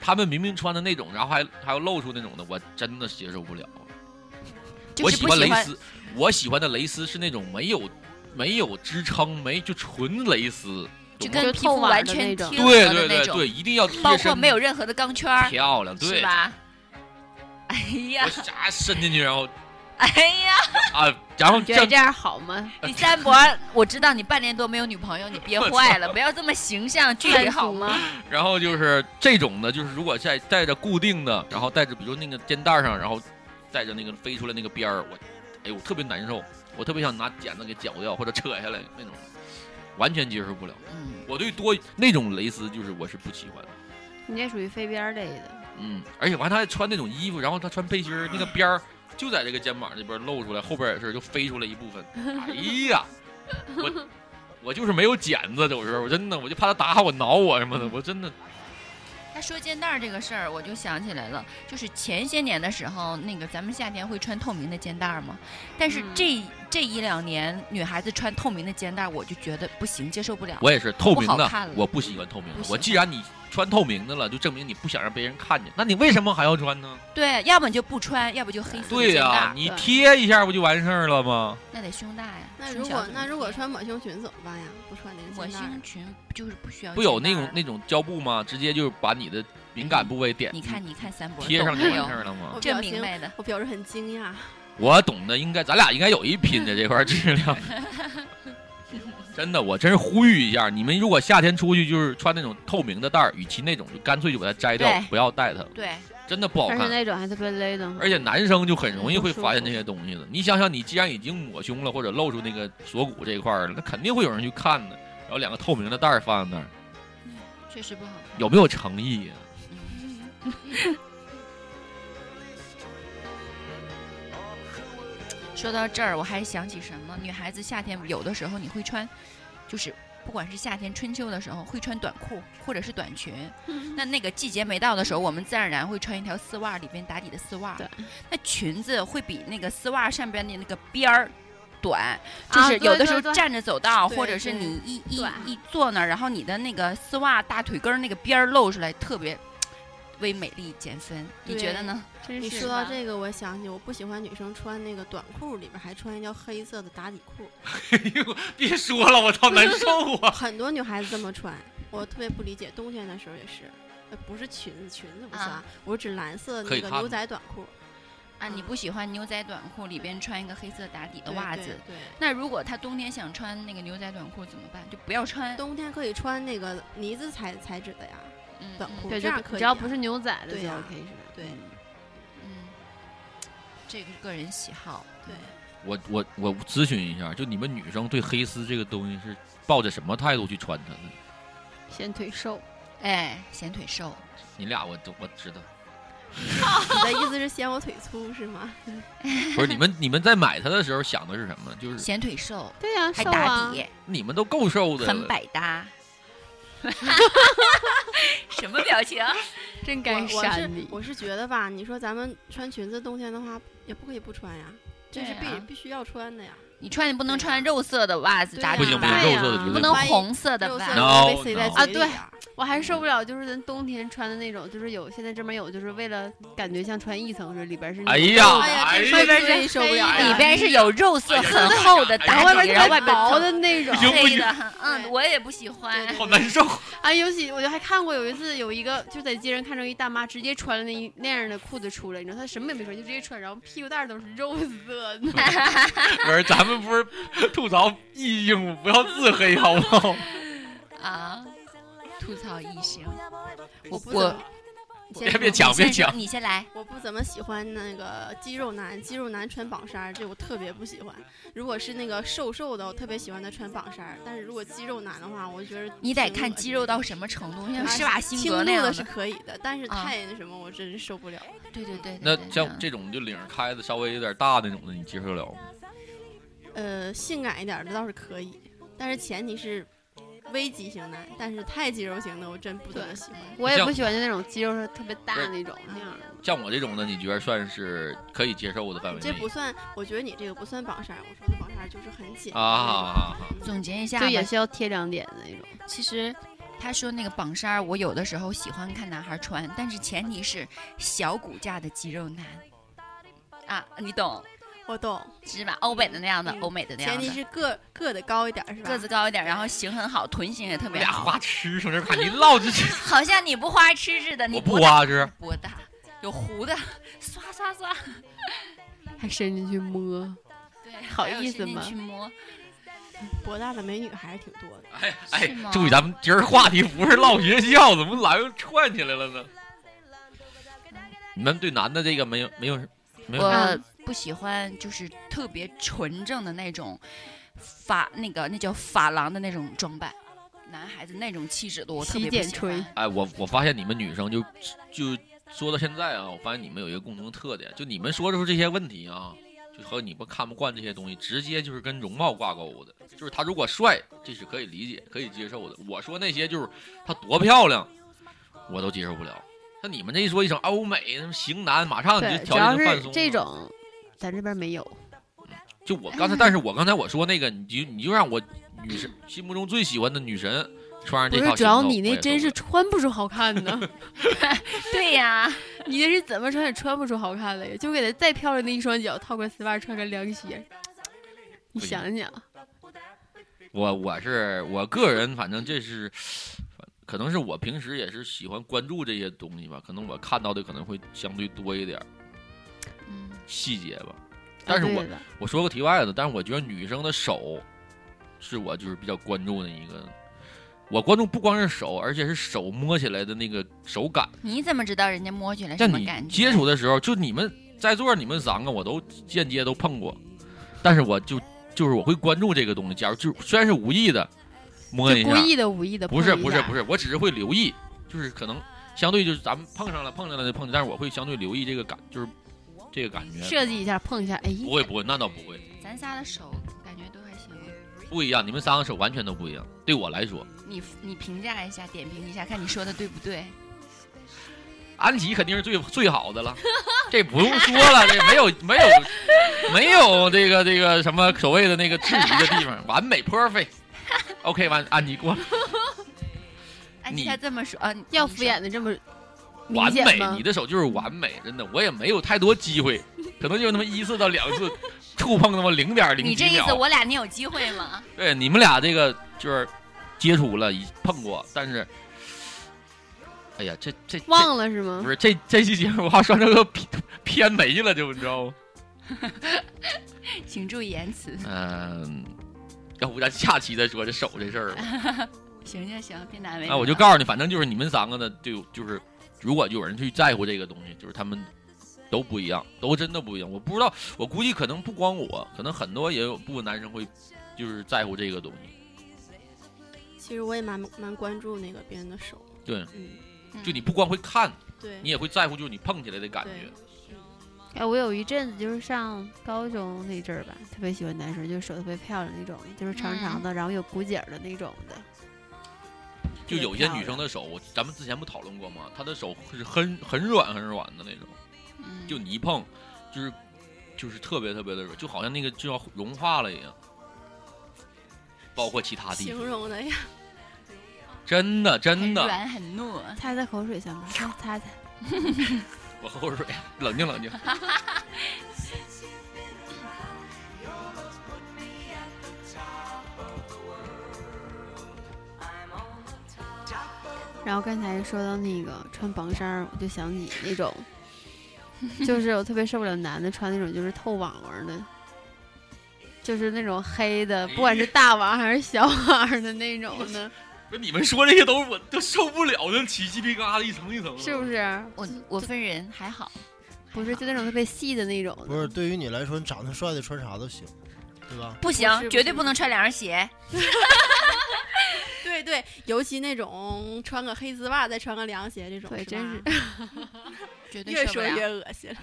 Speaker 8: 他们明明穿的那种，然后还还要露出那种的，我真的接受不了。
Speaker 9: 就
Speaker 8: 我
Speaker 9: 是
Speaker 8: 喜
Speaker 9: 不
Speaker 8: 欢
Speaker 9: 喜
Speaker 8: 蕾
Speaker 9: 欢
Speaker 8: 丝，我喜欢的蕾丝是那种没有没有支撑，没就纯蕾丝，
Speaker 9: 就
Speaker 8: 懂吗
Speaker 9: 跟皮肤完全贴合
Speaker 8: 对
Speaker 9: 的
Speaker 8: 对
Speaker 9: 那
Speaker 8: 对
Speaker 9: 种，
Speaker 8: 对，一定要贴
Speaker 9: 包括
Speaker 8: 身
Speaker 9: 没有任何的钢圈儿，
Speaker 8: 漂亮，
Speaker 9: 是
Speaker 8: 对，
Speaker 9: 吧？ 哎呀
Speaker 8: 我，啥伸进去，然后
Speaker 9: 哎呀，
Speaker 8: 啊，然后
Speaker 10: 你
Speaker 8: 这
Speaker 10: 觉得这样好吗？
Speaker 9: 李三伯，我知道你半年多没有女朋友，你憋坏了，不要这么形象具体
Speaker 10: 看
Speaker 9: 好
Speaker 10: 好
Speaker 9: 吗？
Speaker 10: 吗？
Speaker 8: 然后就是这种的，就是如果在带着固定的，然后带着比如那个肩带上，然后带着那个飞出来那个边儿，我，哎呦，我特别难受，我特别想拿剪子给绞掉或者扯下来那种，完全接受不了。
Speaker 9: 嗯，
Speaker 8: 我对多那种蕾丝就是我是不喜欢的，
Speaker 10: 你这属于飞边儿类的。
Speaker 8: 嗯，而且完他还穿那种衣服，然后他穿背心儿，那个边儿就在这个肩膀这边露出来，后边也是就飞出来一部分。哎呀，我我就是没有剪子，有时候我真的我就怕他打我、挠我什么的，我真
Speaker 9: 嗯
Speaker 8: 的
Speaker 9: 他说肩带儿这个事儿，我就想起来了，就是前些年的时候，那个咱们夏天会穿透明的肩带儿嘛，但是
Speaker 10: 嗯
Speaker 9: 这这一两年女孩子穿透明的肩带，我就觉得不行，接受不了。
Speaker 8: 我也是透明
Speaker 9: 不好
Speaker 8: 的
Speaker 9: 看了，
Speaker 8: 我不喜欢透明的
Speaker 9: 不。喜
Speaker 8: 我
Speaker 9: 欢
Speaker 8: 既然你穿透明的了，就证明你不想让别人看见，那你为什么还要穿呢？
Speaker 9: 对，要么你就不穿，要不就黑色的
Speaker 8: 对
Speaker 9: 肩
Speaker 8: 呀、
Speaker 9: 带
Speaker 8: 你贴一下不就完事儿了吗？
Speaker 9: 那得胸大呀。
Speaker 12: 那
Speaker 9: 胸
Speaker 12: 如
Speaker 9: 小
Speaker 12: 果
Speaker 9: 怎么
Speaker 12: 那如果穿抹胸裙怎么办呀？不穿那个
Speaker 9: 抹
Speaker 12: 肩带儿
Speaker 9: 胸裙就是不需要
Speaker 8: 不有
Speaker 9: 肩
Speaker 8: 那
Speaker 9: 带
Speaker 8: 种
Speaker 9: 儿
Speaker 8: 那种胶布吗？直接就把你的敏感部位点，
Speaker 9: 你看你看三伯
Speaker 8: 贴
Speaker 9: 懂
Speaker 8: 上就
Speaker 9: 没
Speaker 8: 完
Speaker 9: 有
Speaker 8: 事儿了吗
Speaker 12: 我？
Speaker 9: 这
Speaker 12: 表
Speaker 9: 明
Speaker 12: 情
Speaker 9: 白 的，
Speaker 12: 我表示很惊讶。
Speaker 8: 我懂的，应该咱俩应该有一拼的这块质 量。真的，我真是呼吁一下，你们如果夏天出去就是穿那种透明的带儿，与其那种就干脆就把它摘掉
Speaker 10: 对，
Speaker 8: 不要戴它，
Speaker 9: 对，
Speaker 8: 真的不好
Speaker 10: 但是
Speaker 8: 看。
Speaker 10: 那种还特别勒的。
Speaker 8: 而且男生就很容易
Speaker 10: 嗯不
Speaker 8: 会
Speaker 10: 舒
Speaker 8: 发现
Speaker 10: 服
Speaker 8: 这些东西的。你想想，你既然已经抹胸了，或者露出那个锁骨这一块儿了，那肯定会有人去看的。然后两个透明的袋儿放在那儿，
Speaker 9: 确实不好看。
Speaker 8: 有没有诚意呀、啊
Speaker 9: 说到这儿，我还想起什么？女孩子夏天有的时候你会穿，就是不管是夏天、春秋的时候，会穿短裤或者是短裙。
Speaker 10: 嗯
Speaker 9: 那那个季节没到的时候，我们自然而然会穿一条丝袜，里边打底的丝袜。那裙子会比那个丝袜上边的那个边儿短，就
Speaker 10: 啊
Speaker 9: 是有
Speaker 10: 对
Speaker 9: 的时候
Speaker 10: 对对
Speaker 9: 站着走道，
Speaker 10: 对
Speaker 9: 或者是
Speaker 10: 对
Speaker 9: 你一一
Speaker 10: 短
Speaker 9: 一坐那儿，然后你的那个丝袜大腿根儿那个边儿露出来，特别为美丽减分。你觉得呢？
Speaker 10: 真
Speaker 12: 你
Speaker 10: 是
Speaker 12: 说到
Speaker 10: 吧
Speaker 12: 这个，我想起我不喜欢女生穿那个短裤，里边还穿一条黑色的打底裤。
Speaker 8: 别说了，我操，难受啊！
Speaker 12: 很多女孩子这么穿，我特别不理解。冬天的时候也是，呃，不是裙子，裙子不算，
Speaker 9: 啊
Speaker 12: 我指蓝色
Speaker 8: 可
Speaker 12: 那
Speaker 8: 以
Speaker 12: 个
Speaker 8: 看
Speaker 12: 牛仔短裤。
Speaker 9: 啊，你不喜欢牛仔短裤里边穿一个黑色打底的
Speaker 12: 对
Speaker 9: 袜
Speaker 12: 对
Speaker 9: 子？
Speaker 12: 对
Speaker 9: 那如果她冬天想穿那个牛仔短裤怎么办？就不要穿。
Speaker 12: 冬天可以穿那个呢子材材质的呀，
Speaker 9: 嗯
Speaker 12: 短
Speaker 9: 嗯
Speaker 12: 裤，
Speaker 10: 对，
Speaker 12: 这
Speaker 10: 就
Speaker 12: 样可以啊。
Speaker 10: 只要不是牛仔的
Speaker 12: 对
Speaker 10: 就
Speaker 12: 呀
Speaker 10: OK 是吧？
Speaker 12: 对
Speaker 9: 嗯，这个是个人喜好。
Speaker 12: 对，
Speaker 8: 我我我咨询一下，就你们女生对黑丝这个东西是抱着什么态度去穿它的？
Speaker 10: 显腿瘦，
Speaker 9: 哎，显腿瘦，
Speaker 8: 你俩我都我知 道，
Speaker 12: 你的意思是嫌我腿粗是 吗？
Speaker 8: 不是你们你们在买它的时候想的是什么？就是
Speaker 9: 显腿瘦，
Speaker 10: 对呀、
Speaker 9: 还
Speaker 10: 瘦
Speaker 9: 打
Speaker 10: 啊，
Speaker 9: 底，
Speaker 8: 你们都够瘦的
Speaker 9: 很
Speaker 8: 了，
Speaker 9: 百搭。 什么表情？啊
Speaker 10: 真
Speaker 12: 我
Speaker 10: 该
Speaker 12: 我是
Speaker 10: 删你。
Speaker 12: 我是觉得吧，你说咱们穿裙子冬天的话，也不可以不穿呀，这是必、
Speaker 9: 对啊
Speaker 12: 必须要穿的呀。
Speaker 9: 你穿你不能穿肉色的袜子
Speaker 12: 对
Speaker 9: 打
Speaker 12: 呀
Speaker 9: 底
Speaker 8: 不行不行，
Speaker 10: 对呀
Speaker 8: 肉色的绝对
Speaker 9: 啊不
Speaker 8: 不
Speaker 9: 能
Speaker 8: 行
Speaker 12: 万一
Speaker 9: 红色的
Speaker 12: 肉色
Speaker 9: 袜。
Speaker 8: No，
Speaker 12: 会被
Speaker 10: 啊
Speaker 8: no
Speaker 12: 塞在嘴里
Speaker 10: 对
Speaker 12: 呀
Speaker 10: 我还受不了，就是咱冬天穿的那种，就是有现在专门有，就是为了感觉像穿一层似的，里边是那
Speaker 8: 哎
Speaker 10: 种
Speaker 8: 呀
Speaker 10: 厚的
Speaker 12: 哎呀，
Speaker 8: 哎
Speaker 12: 这
Speaker 8: 呀哎
Speaker 12: 个
Speaker 10: 外边
Speaker 12: 最
Speaker 10: 是
Speaker 12: 受不
Speaker 10: 黑
Speaker 12: 了
Speaker 10: 的
Speaker 12: 了
Speaker 9: 里边是有肉色很厚的
Speaker 10: 然
Speaker 8: 哎呀
Speaker 9: 打
Speaker 10: 后外
Speaker 9: 底，
Speaker 10: 边
Speaker 9: 然后
Speaker 10: 是
Speaker 9: 外边
Speaker 10: 薄
Speaker 9: 薄
Speaker 10: 的那种。
Speaker 8: 行
Speaker 9: 黑的，嗯，我也不喜欢。
Speaker 8: 好难受。
Speaker 10: 啊，尤其我就还看过有一次有一个就在街上看着一大妈直接穿了那一那样的裤子出来，你知道她什么也没穿就直接穿，然后屁股蛋儿都是肉色的。
Speaker 8: 不是，咱们不是吐槽异性，不要自黑，好不好？
Speaker 9: 啊，吐槽异性，我
Speaker 12: 不怎么
Speaker 9: 我
Speaker 8: 别别抢
Speaker 9: 你 先
Speaker 8: 别抢
Speaker 9: 说你先来，
Speaker 12: 我不怎么喜欢那个肌肉男，肌肉男穿绑衫儿，这我特别不喜欢。如果是那个瘦瘦的，我特别喜欢他穿绑衫儿，但是如果肌肉男的话，我就觉得
Speaker 9: 你得
Speaker 12: 挺
Speaker 9: 看
Speaker 12: 恶
Speaker 9: 肌
Speaker 12: 心
Speaker 9: 肉
Speaker 12: 的
Speaker 9: 到什么程度，像
Speaker 12: 啊
Speaker 9: 施瓦辛
Speaker 12: 轻
Speaker 9: 格
Speaker 12: 度
Speaker 9: 那样
Speaker 12: 的
Speaker 9: 的
Speaker 12: 是可以的，但是
Speaker 9: 啊
Speaker 12: 太那什么，我真是受不了。
Speaker 9: 对对对。对
Speaker 8: 那
Speaker 9: 对
Speaker 8: 像
Speaker 9: 嗯
Speaker 8: 这种就领儿开的稍微有点大那种的，你接受得了吗？
Speaker 12: 呃，性感一点的倒是可以，但是前提是微肌型男，但是太肌肉型的我真不怎么喜欢。
Speaker 10: 我也不喜欢就那种肌肉是特别大
Speaker 8: 不是
Speaker 10: 那种那样的。
Speaker 8: 像我这种的，你觉得算是可以接受的范围
Speaker 12: 这
Speaker 8: 内
Speaker 12: 不算，我觉得你这个不算绑衫儿，我说的嗯绑衫儿就是很紧
Speaker 8: 啊啊啊啊！啊
Speaker 9: 总结一下
Speaker 10: 就
Speaker 9: 吧，
Speaker 10: 也是要贴两点的那种，
Speaker 9: 其实他说那个绑衫儿，我有的时候喜欢看男孩穿，但是前提是小骨架的肌肉男啊，你懂
Speaker 12: 我懂，
Speaker 9: 是吧？欧美的那样的，
Speaker 12: 嗯
Speaker 9: 欧美的那样
Speaker 12: 前提
Speaker 9: 的，
Speaker 12: 是个个子高一点儿是吧？
Speaker 9: 个子高一点，然后型很好，臀型也特
Speaker 8: 你
Speaker 9: 别
Speaker 8: 俩
Speaker 9: 好，
Speaker 8: 花痴从这儿看，你唠这，
Speaker 9: 好像你不花痴似 的，你
Speaker 8: 我不
Speaker 9: 多大
Speaker 8: 花痴，
Speaker 9: 多大，有胡的， 刷刷刷，
Speaker 10: 还伸进去摸。
Speaker 9: 对，
Speaker 10: 好
Speaker 9: 还有
Speaker 10: 意思
Speaker 9: 伸进
Speaker 10: 吗
Speaker 9: 去摸，
Speaker 12: 博大的美女还是挺多的。
Speaker 8: 哎
Speaker 9: 是
Speaker 8: 哎
Speaker 9: 吗，
Speaker 8: 注意，咱们今儿话题不是唠学校，怎么来又串起来了呢？你们对男的这个没有没有没有
Speaker 9: 我呃不喜欢就是特别纯正的那种发那个那叫发廊的那种装扮，男孩子那种气质的我特别
Speaker 10: 洗
Speaker 9: 不
Speaker 10: 剪
Speaker 9: 喜
Speaker 10: 吹
Speaker 9: 欢。
Speaker 8: 哎，我我发现你们女生就就说到现在啊，我发现你们有一个共同特点，就你们说出这些问题啊，就和你们看不惯这些东西，直接就是跟容貌挂钩的。就是他如果帅，这是可以理解、可以接受的。我说那些就是他多漂亮，我都接受不了。像你们这一说一声欧美什么型男，马上你
Speaker 10: 对
Speaker 8: 就，
Speaker 10: 只
Speaker 8: 条
Speaker 10: 要
Speaker 8: 件就放
Speaker 10: 是
Speaker 8: 松了。
Speaker 10: 这种，咱这边没有。
Speaker 8: 就我刚才，但是我刚才我说那个，你就你就让我女神心目中最喜欢的女神穿上
Speaker 10: 不
Speaker 8: 这
Speaker 10: 是
Speaker 8: 套，
Speaker 10: 主要你那真是穿不出好看呢。
Speaker 9: 对呀、
Speaker 10: 你那是怎么穿也穿不出好看来呀？就给他再漂亮的一双脚，套个丝袜，穿个凉鞋，你
Speaker 8: 对
Speaker 10: 想啊想，
Speaker 8: 我我是我个人，反正这是，可能是我平时也是喜欢关注这些东西吧，可能我看到的可能会相对多一点儿，
Speaker 9: 嗯
Speaker 8: 细节吧。但是
Speaker 10: 啊对
Speaker 8: 我、
Speaker 10: 的
Speaker 8: 我说个题外的，但是我觉得女生的手是我就是比较关注的一个，我关注不光是手，而且是手摸起来的那个手感。
Speaker 9: 你怎么知道人家摸起来什
Speaker 8: 像
Speaker 9: 么
Speaker 8: 你
Speaker 9: 感觉？
Speaker 8: 接触的时候，就你们在座你们三个，我都间接都碰过，但是我就就是我会关注这个东西。假如就虽然是无意的摸一
Speaker 10: 就
Speaker 8: 下，
Speaker 10: 故意的、无意的，
Speaker 8: 不是不是不
Speaker 10: 是，
Speaker 8: 是，我只是会留意，就是可能相对就是咱们碰上了碰上了就碰，但是我会相对留意这个感，就是这个感觉。
Speaker 10: 设计一下，碰一下，哎，
Speaker 8: 不会不会，那倒不会，
Speaker 9: 咱仨的手感觉都还行。
Speaker 8: 不一样。你们三个手完全都不一样，对我来说。
Speaker 9: 你你评价一下，点评一下，看你说的对不对？
Speaker 8: 安琪肯定是最最好的了，这不用说了，这没有没有没有这个这个什么所谓的那个质疑的地方，完美 perfect。OK，完安琪过了，
Speaker 9: 安
Speaker 8: 你
Speaker 9: 妮她这么说，啊、
Speaker 10: 要敷衍的这么明
Speaker 8: 完
Speaker 10: 显
Speaker 8: 美
Speaker 10: 吗，
Speaker 8: 你的手就是完美，真的，我也没有太多机会，可能就那么一次到两次触碰那么零点零
Speaker 9: 你这
Speaker 8: 几
Speaker 9: 意思，
Speaker 8: 秒。啊
Speaker 9: 我俩你有机会吗？
Speaker 8: 对，你们俩这个就是接触了，一碰过，但是，哎呀，这这这
Speaker 10: 忘了是吗？
Speaker 8: 不是这这期节目我怕说成个 偏偏没了，就你知道吗？
Speaker 9: 请注意言辞。
Speaker 8: 嗯，要不咱下期再说这手这事儿吧。
Speaker 9: 行行行，别难为。
Speaker 8: 啊，我就告诉你，反正就是你们三个呢，就就是如果有人去在乎这个东西，就是他们都不一样，都真的不一样。我不知道，我估计可能不光我，可能很多也有部分男生会就是在乎这个东西。
Speaker 12: 其实我也蛮蛮关注那个别人的手，
Speaker 8: 对，
Speaker 12: 嗯，
Speaker 8: 就你不光会看，
Speaker 12: 对
Speaker 8: 你也会在乎，就是你碰起来的感觉。
Speaker 10: 哎，我有一阵子就是上高中那阵儿吧，特别喜欢男生，就是手特别漂亮那种，就是长长的，然后有骨节儿的那种的。
Speaker 8: 就有些女生的手，咱们之前不讨论过吗？她的手是很很软很软的那种，
Speaker 9: 嗯
Speaker 8: 就你一碰，就是就是特别特别的软，就好像那个就要融化了一样。包括其他地方，
Speaker 12: 形容的呀，
Speaker 8: 真的真的，
Speaker 9: 软很糯，
Speaker 10: 擦擦口水 算吧，擦擦擦。
Speaker 8: 我喝口水，冷静冷 静。
Speaker 10: 然后刚才说到那个穿绑衫儿，我就想起那 种，就是我特别受不了男的穿那种就是透网网的，就是那种黑的，不管是大网还是小网儿的那种的，
Speaker 8: 不是你们说这些都是我都受不了，这起鸡皮疙瘩一层一层的。
Speaker 10: 是不是？
Speaker 9: 我我分人还好，
Speaker 10: 不是，就那种特别细的那种的。
Speaker 11: 不是，对于你来说，你长得帅的穿啥都行，对吧？
Speaker 9: 不行
Speaker 12: 不是不
Speaker 9: 绝对
Speaker 12: 是
Speaker 9: 不能穿凉鞋。
Speaker 12: 对对，尤其那种穿个黑丝袜再穿个凉鞋这种，
Speaker 10: 对
Speaker 12: 吧
Speaker 10: 真是
Speaker 9: 绝对
Speaker 12: 越
Speaker 9: 受不
Speaker 12: 说
Speaker 9: 了
Speaker 12: 越恶心了。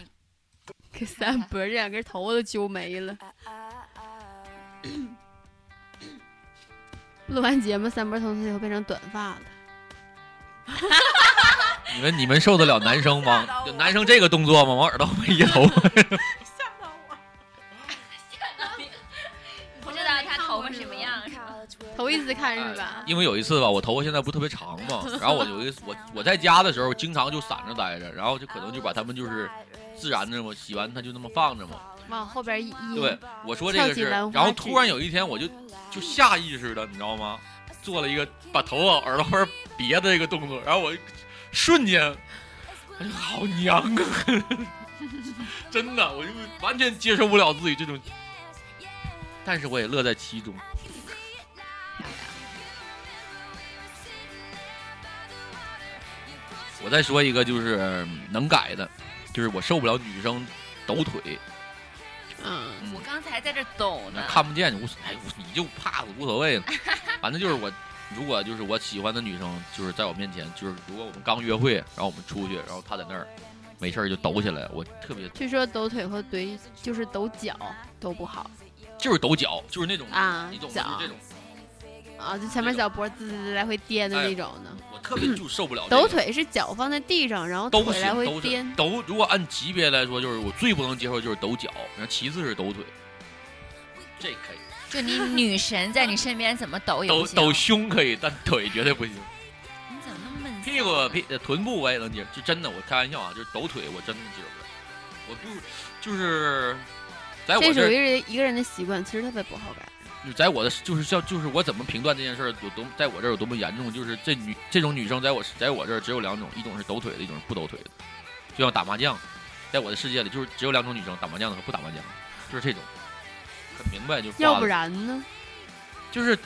Speaker 10: 给三伯这两根头发都揪没了。录完节目，三伯从此以后变成短发了。
Speaker 8: 你们你们受得了男生 吗？就男生这个动作吗？往耳朵后面一头，
Speaker 9: 不知道他头发什么样，
Speaker 10: 头一次看
Speaker 8: 哎
Speaker 10: 是吧？
Speaker 8: 因为有一次吧，我头发现在不特别长 嘛，然后我有一次我我在家的时候经常就散着待着，然后就可能就把他们就是自然的我洗完它就那么放着嘛。
Speaker 10: 往后边一一
Speaker 8: 对，我说这个
Speaker 10: 翘嗯起
Speaker 8: 是，
Speaker 10: 兰花
Speaker 8: 然后
Speaker 10: 指
Speaker 8: 突然有一天我就就下意识的，你知道吗？做了一个把头往耳朵边别的这个动作，然后我瞬间，哎呀，好娘啊！ 真的，我就完全接受不了自己这种，但是我也乐在其中。我再说一个，就是能改的，就是我受不了女生抖腿，
Speaker 10: 嗯，
Speaker 9: 我刚才还在这儿抖
Speaker 8: 那
Speaker 9: 呢。
Speaker 8: 看不见你无所，哎，无你就怕无所谓了。反正就是我，如果就是我喜欢的女生，就是在我面前，就是如果我们刚约会，然后我们出去，然后她在那儿没事儿就抖起来，我特别
Speaker 10: 据说抖腿和怼就是抖脚都不好
Speaker 8: 就是抖脚，就是那种
Speaker 10: 啊
Speaker 8: 你懂吗？
Speaker 10: 脚
Speaker 8: 就是这种，
Speaker 10: 啊，就前面小脖子滋滋来回颠
Speaker 8: 哎
Speaker 10: 的那种的。
Speaker 8: 我特 别就受不了、
Speaker 10: 抖。腿是脚放在地上，然后
Speaker 8: 都
Speaker 10: 腿来
Speaker 8: 行，
Speaker 10: 回
Speaker 8: 都是
Speaker 10: 颠。
Speaker 8: 抖。如果按级别来说，就是我最不能接受就是抖脚，然后其次是抖腿。这可以，
Speaker 9: 就你女神在你身边怎么抖也不
Speaker 8: 抖
Speaker 9: 行。
Speaker 8: 抖胸可以，但腿绝对不行。
Speaker 9: 你怎么那么闷骚？啊
Speaker 8: 屁股屁呃臀部我也能接受，就真的我开玩笑啊，就是抖腿我真的接受不了。我不就是在哎我
Speaker 10: 这
Speaker 8: 这
Speaker 10: 属
Speaker 8: 儿
Speaker 10: 于是一个人的习惯，其实特别不好改。
Speaker 8: 就在我的就是像就是我怎么评断这件事儿有多在我这儿有多么严重，就是这女这种女生在我在我这儿只有两种，一种是抖腿的，一种是不抖腿的，就像打麻将，在我的世界里就是只有两种女生，打麻将的和不打麻将的，就是这种，很明白就挂
Speaker 10: 要
Speaker 8: 了
Speaker 10: 不然呢？
Speaker 8: 就是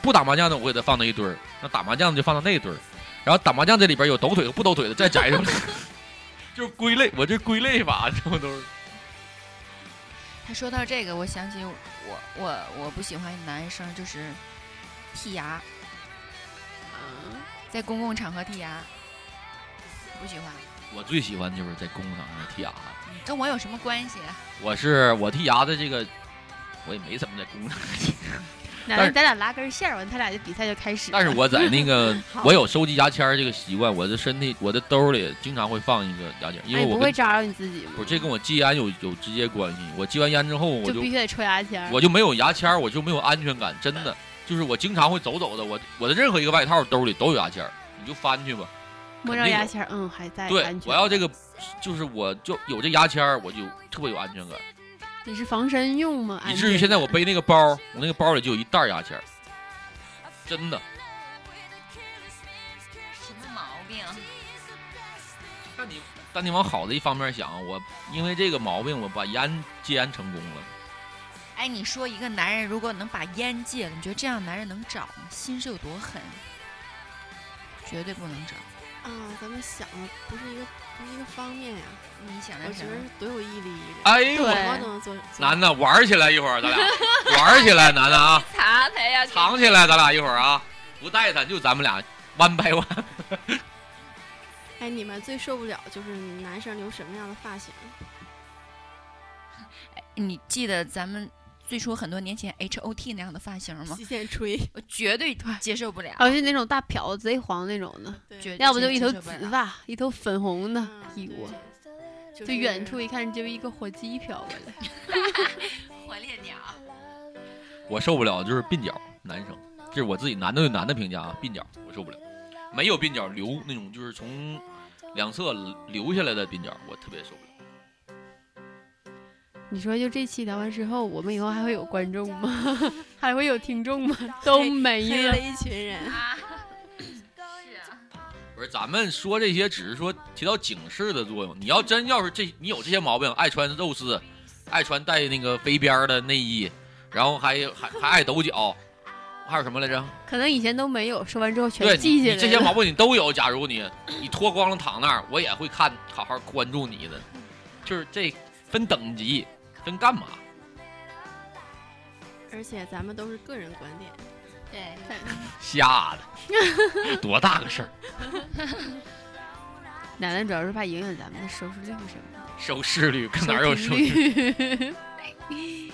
Speaker 8: 不打麻将的我给它放到一堆儿，那打麻将的就放到那一堆儿，然后打麻将这里边有抖腿和不抖腿的再摘 上来，就是归类，我这归类法，这不都是
Speaker 9: 他说到这个，我想起我我我不喜欢男生就是剔牙，
Speaker 10: 嗯
Speaker 9: 在公共场合剔牙，不喜欢。
Speaker 8: 我最喜欢就是在公场上剔牙，
Speaker 9: 你跟我有什么关系啊？
Speaker 8: 我是我剔牙的这个，我也没怎么在公场上剔，
Speaker 10: 哪
Speaker 8: 但
Speaker 10: 天
Speaker 8: 是
Speaker 10: 咱俩拉根线儿，完他俩就比赛就开始了。
Speaker 8: 但是我在 那个
Speaker 10: 好
Speaker 8: 我有收集牙签儿这个习惯，我的身体我的兜里经常会放一个牙签儿，因
Speaker 10: 哎
Speaker 8: 为
Speaker 10: 你
Speaker 8: 我
Speaker 10: 不会
Speaker 8: 跟
Speaker 10: 扎着你自己吗？
Speaker 8: 不是这跟我戒烟有有直接关系，我戒完烟之后我
Speaker 10: 就
Speaker 8: 就
Speaker 10: 必须得戳牙签儿。
Speaker 8: 我就没有牙签儿，我就没有安全感，真的。就是我经常会走走的，我我的任何一个外套兜里都有牙签儿，你就翻去吧。
Speaker 10: 摸
Speaker 8: 肯
Speaker 10: 着
Speaker 8: 定
Speaker 10: 牙
Speaker 8: 有
Speaker 10: 签儿，嗯，还在。
Speaker 8: 对
Speaker 10: 安，全
Speaker 8: 我要这个，就是我就有这牙签儿，我就特别有安全感，
Speaker 10: 你是防身用吗？
Speaker 8: 以
Speaker 10: 安
Speaker 8: 至于
Speaker 10: 全
Speaker 8: 现 在我背那个包儿，我那个包里就有一袋儿牙签儿，真的。
Speaker 9: 什么毛病？啊
Speaker 8: 看你但你往好的一方面想，我因为这个毛病，我把烟戒烟成功了。
Speaker 9: 哎，你说一个男人如果能把烟戒了，你觉得这样男人能找吗？心是有多狠？绝对不能找。
Speaker 12: 啊，咱们想的不是一个不是一个方面呀。
Speaker 9: 你想
Speaker 12: 我觉得是多有毅力。
Speaker 8: 哎呦我
Speaker 12: 我都能做。
Speaker 8: 男的玩儿起来一会 儿，咱俩玩儿起来，男的啊，
Speaker 9: 查他呀！
Speaker 8: 藏起来，咱俩一会儿啊，不带他就咱们俩 one by one。
Speaker 12: 哎，你们最受不了就是男生留什么样的发型？
Speaker 9: 你记得咱们最初很多年前 H O T 那样的发型吗？
Speaker 12: 极限吹，
Speaker 9: 我绝对接受不了。
Speaker 10: 还有哦就那种大漂子贼黄那种的，
Speaker 9: 绝对
Speaker 10: 要不就一嗯头
Speaker 9: 接受不了
Speaker 10: 紫发，一头粉红的，一窝，
Speaker 12: 嗯就
Speaker 10: 就远
Speaker 12: 是
Speaker 10: 处一看就一个火鸡飘过 来。
Speaker 9: 火烈鸟，
Speaker 8: 我受不了就是鬓角，男生，这是我自己男的对男的评价啊，鬓角我受不了，没有鬓角留那种就是从两侧留下来的鬓角，我特别受不了。
Speaker 10: 你说就这期聊完之后，我们以后还会有观众 吗？还会有听众吗？都没
Speaker 12: 黑
Speaker 10: 了
Speaker 12: 了。一群人。
Speaker 9: 啊
Speaker 12: 啊
Speaker 8: 不是，咱们说这些只是说起到警示的作用。你要真要是这，你有这些毛病，爱穿肉丝，爱穿带那个飞边儿的内衣，然后还还还爱抖脚，还有什么来着？
Speaker 10: 可能以前都没有，说完之后
Speaker 8: 对
Speaker 10: 全
Speaker 8: 你
Speaker 10: 记下
Speaker 8: 你
Speaker 10: 来了。
Speaker 8: 这些毛病你都有。假如你你脱光了躺那儿，我也会看，好好关注你的。就是这分等级，分干嘛？
Speaker 12: 而且咱们都是个人观点。
Speaker 9: 对，
Speaker 8: 瞎 的，多大个事儿？
Speaker 10: 奶奶主要是怕影响咱们的收视率什么的。
Speaker 8: 收视率跟哪儿有收视率？
Speaker 10: 率？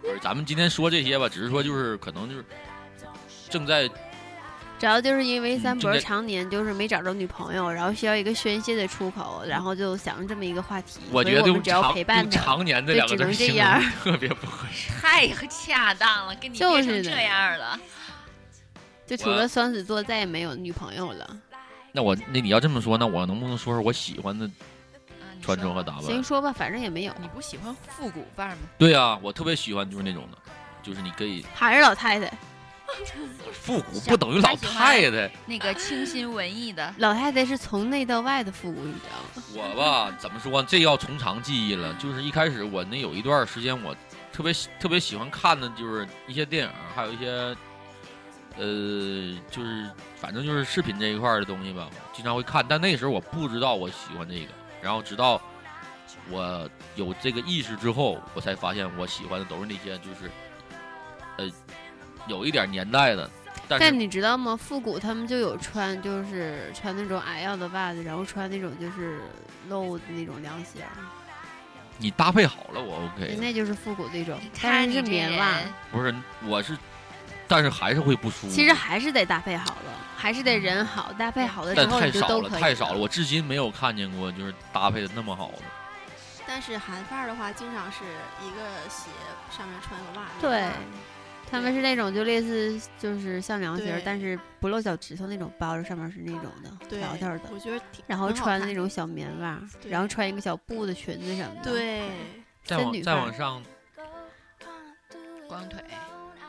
Speaker 8: 不是咱们今天说这些吧，只是说就是可能就是正在
Speaker 10: 主要就是因为三伯
Speaker 8: 正在
Speaker 10: 常年就是没找着女朋友，然后需要一个宣泄的出口，然后就想这么一个话题。
Speaker 8: 我
Speaker 10: 所以
Speaker 8: 觉得
Speaker 10: 我
Speaker 8: 用
Speaker 10: 们只要
Speaker 8: 常
Speaker 10: 陪伴
Speaker 8: 用
Speaker 10: 他，
Speaker 8: 常年
Speaker 10: 对
Speaker 8: 这两个
Speaker 10: 只
Speaker 8: 字儿
Speaker 10: 能这
Speaker 8: 形容
Speaker 10: 样儿
Speaker 8: 特别不合适。
Speaker 9: 太恰当了，跟你
Speaker 10: 就
Speaker 9: 变
Speaker 10: 是
Speaker 9: 成
Speaker 10: 的
Speaker 9: 这样了。
Speaker 10: 就除了双子座再也没有女朋友了。
Speaker 8: 那我那你要这么说，那我能不能说说我喜欢的
Speaker 9: 嗯
Speaker 8: 穿着和打
Speaker 10: 行，
Speaker 8: 扮？
Speaker 10: 说吧，反正也没有。
Speaker 9: 你不喜欢复古范儿吗？
Speaker 8: 对啊，我特别喜欢就是那种的，就是你可以
Speaker 10: 还是老太太，
Speaker 8: 复古，不等于老太太。
Speaker 9: 那个清新文艺的，
Speaker 10: 老太太是从内到外的复古，你知道吗？
Speaker 8: 我吧，怎么说？这要从长计议了。就是一开始我那有一段时间，我特别喜特别喜欢看的就是一些电影，还有一些呃，就是反正就是视频这一块儿的东西吧，经常会看。但那时候我不知道我喜欢这个，然后直到我有这个意识之后，我才发现我喜欢的都是那些就是呃有一点年代的，但是
Speaker 10: 但你知道吗？复古他们就有穿，就是穿那种矮腰的袜子，然后穿那种就是露的那种凉鞋儿，
Speaker 8: 你搭配好了，我 OK 的。
Speaker 10: 那就是复古的一种， 但
Speaker 9: 看
Speaker 10: 是
Speaker 9: 你
Speaker 10: 是
Speaker 9: 这
Speaker 10: 棉袜。
Speaker 9: 人
Speaker 8: 不是，我是，但是还是会不舒服。
Speaker 10: 其实还是得搭配好了，还是得人好，搭配好了之
Speaker 8: 但
Speaker 10: 后
Speaker 8: 太
Speaker 10: 你就
Speaker 8: 少
Speaker 10: 都
Speaker 8: 了，
Speaker 10: 可以。
Speaker 8: 太少了，我至今没有看见过就是搭配的那么好的。
Speaker 12: 但是韩范儿的话，经常是一个鞋上面穿个袜子。
Speaker 10: 对，
Speaker 12: 啊
Speaker 10: 他们是那种就类似就是像凉鞋儿
Speaker 12: 对，
Speaker 10: 但是不露脚趾头那种包着，上面是那种的
Speaker 12: 对
Speaker 10: 条条的，
Speaker 12: 我觉得挺
Speaker 10: 然后
Speaker 12: 很好
Speaker 10: 穿
Speaker 12: 看
Speaker 10: 那种小棉袜，
Speaker 12: 对
Speaker 10: 然后穿一个小布的裙子什么的，
Speaker 12: 对，
Speaker 8: 再
Speaker 10: 森
Speaker 8: 往
Speaker 10: 女
Speaker 8: 再
Speaker 10: 范
Speaker 8: 往
Speaker 10: 儿
Speaker 8: 上，
Speaker 9: 光腿，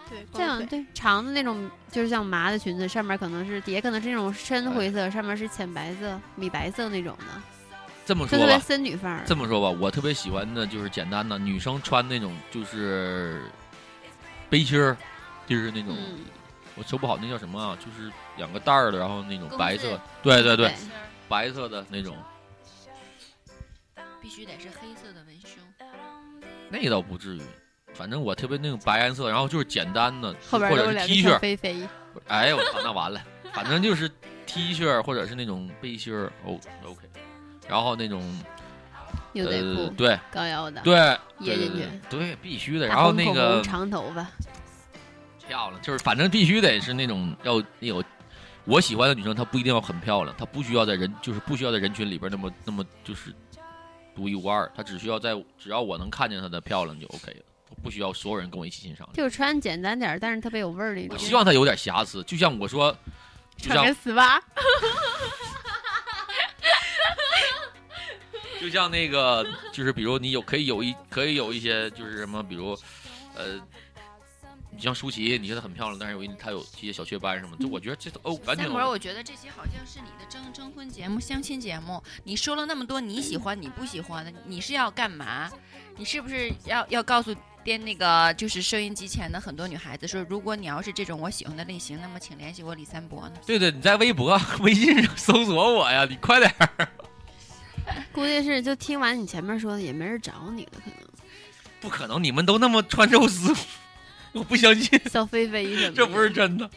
Speaker 12: 对，
Speaker 10: 这样对长的那种就是像麻的裙子，上面可能是底下可能是那种深灰色，上面是浅白色、米白色那种的，
Speaker 8: 这么
Speaker 10: 就
Speaker 8: 说
Speaker 10: 特别
Speaker 8: 吧，
Speaker 10: 森女范儿。
Speaker 8: 这么说吧，我特别喜欢的就是简单的女生穿那种就是背心儿，就是那种、
Speaker 10: 嗯
Speaker 8: 我说不好那叫什么啊，就是两个带儿的，然后那种
Speaker 9: 公
Speaker 8: 白
Speaker 9: 字
Speaker 8: 色，对对对
Speaker 9: 背心儿，
Speaker 8: 白色的那种，
Speaker 9: 必须得是黑色的文胸，
Speaker 8: 那倒不至于。反正我特别那种白颜色，然后就是简单的，
Speaker 10: 后边
Speaker 8: 或
Speaker 10: 都是
Speaker 8: 者是
Speaker 10: 两
Speaker 8: T
Speaker 10: 个小
Speaker 8: 恤，
Speaker 10: 飞飞，
Speaker 8: 哎呦我操，那完了，反正就是 T 恤或者是那种背心儿，O OK，然后那种
Speaker 10: 牛仔
Speaker 8: 呃
Speaker 10: 裤，
Speaker 8: 对
Speaker 10: 高腰的，
Speaker 8: 对
Speaker 10: 野
Speaker 8: 对
Speaker 10: 人
Speaker 8: 对对
Speaker 10: 裙，
Speaker 8: 对必须的，
Speaker 10: 大
Speaker 8: 然后
Speaker 10: 红
Speaker 8: 那
Speaker 10: 口
Speaker 8: 个
Speaker 10: 红长头发，
Speaker 8: 漂亮，就是反正必须得是那种要有我喜欢的女生，她不一定要很漂亮，她不需要在人就是不需要在人群里边那么那么就是独一无二，她只需要在只要我能看见她的漂亮就 OK 了，我不需要所有人跟我一起欣赏。
Speaker 10: 就是穿简单点儿，但是特别有味儿那种。
Speaker 8: 我希望她有点瑕疵，就像我说，就
Speaker 10: 穿
Speaker 8: 像
Speaker 10: 个丝袜，
Speaker 8: 就像那个就是比如你有可以有一可以有一些就是什么，比如呃。你像舒淇，你觉得很漂亮，但是有一她有一些小雀斑什么，这我觉得这都哦完全
Speaker 9: 三儿，
Speaker 8: 有
Speaker 9: 我觉得这些好像是你的征征婚节目、相亲节目。你说了那么多你喜欢、你不喜欢的，你是要干嘛？你是不是要要告诉电那个就是收音机前的很多女孩子说，如果你要是这种我喜欢的类型，那么请联系我李三伯呢？
Speaker 8: 对对，你在微博、 微信上搜索我呀，你快点儿。
Speaker 10: 估计是就听完你前面说的，也没人找你了，可能
Speaker 8: 不可能，你们都那么穿肉丝， 我不相信，
Speaker 10: 小飞飞什么的。
Speaker 8: 这不是真的。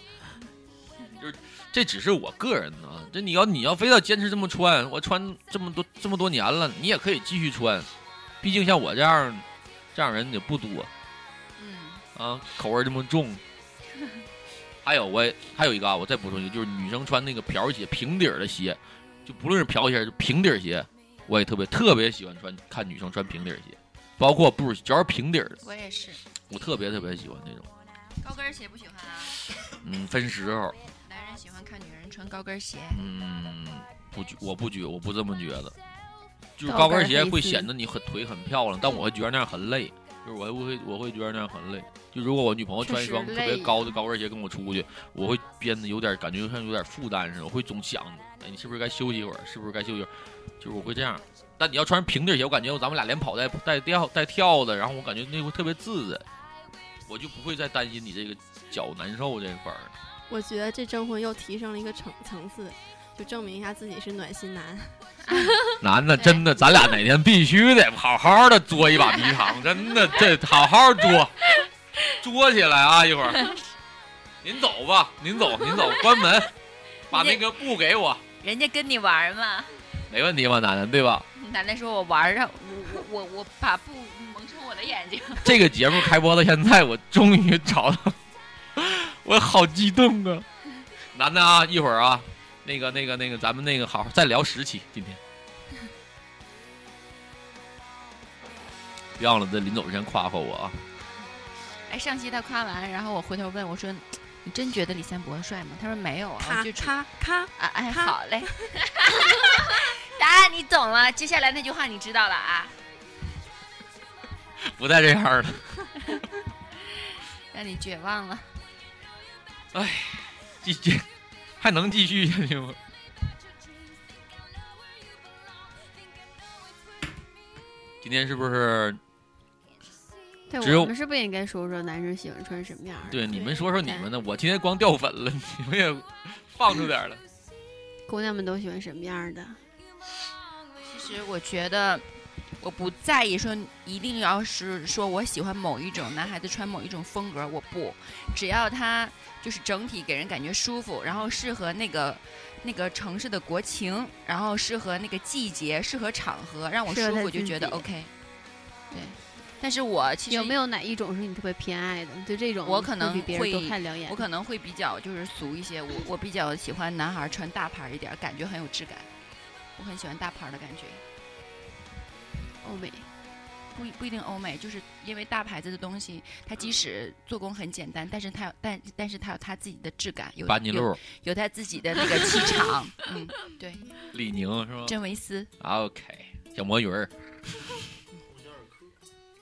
Speaker 8: 就是这只是我个人的啊，这你要你要非要坚持这么穿，我穿这么多这么多年了，你也可以继续穿，毕竟像我这样这样人也不多
Speaker 9: 嗯，
Speaker 8: 啊，口味儿这么重。还有我也还有一个啊，我再补充一个，就是女生穿那个瓢鞋、平底儿的鞋，就不论是瓢鞋还是平底儿鞋，我也特别特别喜欢穿，看女生穿平底儿鞋，包括不只要是平底儿的，
Speaker 9: 我也是。
Speaker 8: 我特别特别喜欢那种。
Speaker 9: 高跟鞋不喜欢啊，
Speaker 8: 嗯，分时候，
Speaker 9: 男人喜欢看女人穿高跟鞋。
Speaker 8: 嗯，不觉，我不觉，我不这么觉得。就是
Speaker 9: 高
Speaker 8: 高
Speaker 9: 跟
Speaker 8: 跟鞋
Speaker 9: 黑
Speaker 8: 会
Speaker 9: 丝
Speaker 8: 显得你很腿很漂亮，但我会觉得那样很累。就是我会我会觉得那样很累。就如果我女朋友
Speaker 6: 确
Speaker 8: 穿一
Speaker 6: 实
Speaker 8: 双特
Speaker 6: 累啊
Speaker 8: 别
Speaker 6: 呀
Speaker 8: 高的高跟鞋跟我出去，我会变得有点感觉像有点负担似的，我会总想，哎，你是不是该休息一会儿？是不是该休息一会儿？就是我会这样。但你要穿平底鞋，我感觉咱们俩连跑带带跳带跳的，然后我感觉那会特别自在，我就不会再担心你这个脚难受这一块儿。
Speaker 12: 我觉得这征婚又提升了一个层层次，就证明一下自己是暖心男。
Speaker 10: 哦
Speaker 8: 男的，真的，咱俩哪天必须得好好的作一把迷藏，真的，这好好作，作起来啊！一会儿您走吧，您走，您走，关门，把那个布给我，
Speaker 9: 人家跟你玩嘛，
Speaker 8: 没问题吧，楠楠，对吧？
Speaker 9: 奶奶说我玩啊，我我我我把布蒙成我的眼睛。
Speaker 8: 这个节目开播到现在，我终于找到， 我好激动啊！楠楠啊，一会儿啊，那个那个那个，咱们那个好好再聊十期，今天。别忘了在临走之前夸夸我啊！
Speaker 9: 哎，上期他夸完，然后我回头问我说：“你真觉得李三伯帅吗？”他说：“没有啊，
Speaker 12: 咔
Speaker 9: 就只
Speaker 12: 咔咔
Speaker 9: 啊，哎，好嘞。”答案你懂了，接下来那句话你知道了啊。
Speaker 8: 不带这样了。
Speaker 9: 让你绝望了，
Speaker 8: 哎，继续，还能继续下去吗？今天是不是？只
Speaker 10: 对，
Speaker 8: 有
Speaker 10: 我们是不是也应该说说男生喜欢穿什么样儿？
Speaker 8: 对，你们说说你们的，我今天光掉粉了，你们也放出点儿
Speaker 12: 嗯
Speaker 8: 了。
Speaker 10: 姑娘们都喜欢什么样儿的？
Speaker 9: 其实我觉得我不在意说一定要是说我喜欢某一种男孩子穿某一种风格，我不，只要他就是整体给人感觉舒服，然后适合那个那个城市的国情，然后适合那个季节，适合场合，让我
Speaker 10: 适合
Speaker 9: 舒服，
Speaker 10: 他
Speaker 9: 我就
Speaker 10: 自
Speaker 9: 觉得
Speaker 10: 己
Speaker 9: OK。对，但是我其实
Speaker 10: 有没有哪一种是你特别偏爱的？对这种
Speaker 9: 我可能
Speaker 10: 比别人多看两眼。
Speaker 9: 我可能会比较就是俗一些，我我比较喜欢男孩穿大牌儿一点儿，感觉很有质感，我很喜欢大牌儿的感觉。
Speaker 10: 欧美。
Speaker 9: 不一不一定欧美，就是因为大牌子的东西，它即使做工很简单，但是它有但但是它有它自己的质感，有
Speaker 8: 班尼路
Speaker 9: 有有它自己的那个气场，嗯，对，
Speaker 8: 李宁是吧？
Speaker 9: 真维斯，
Speaker 8: OK，小魔鱼儿。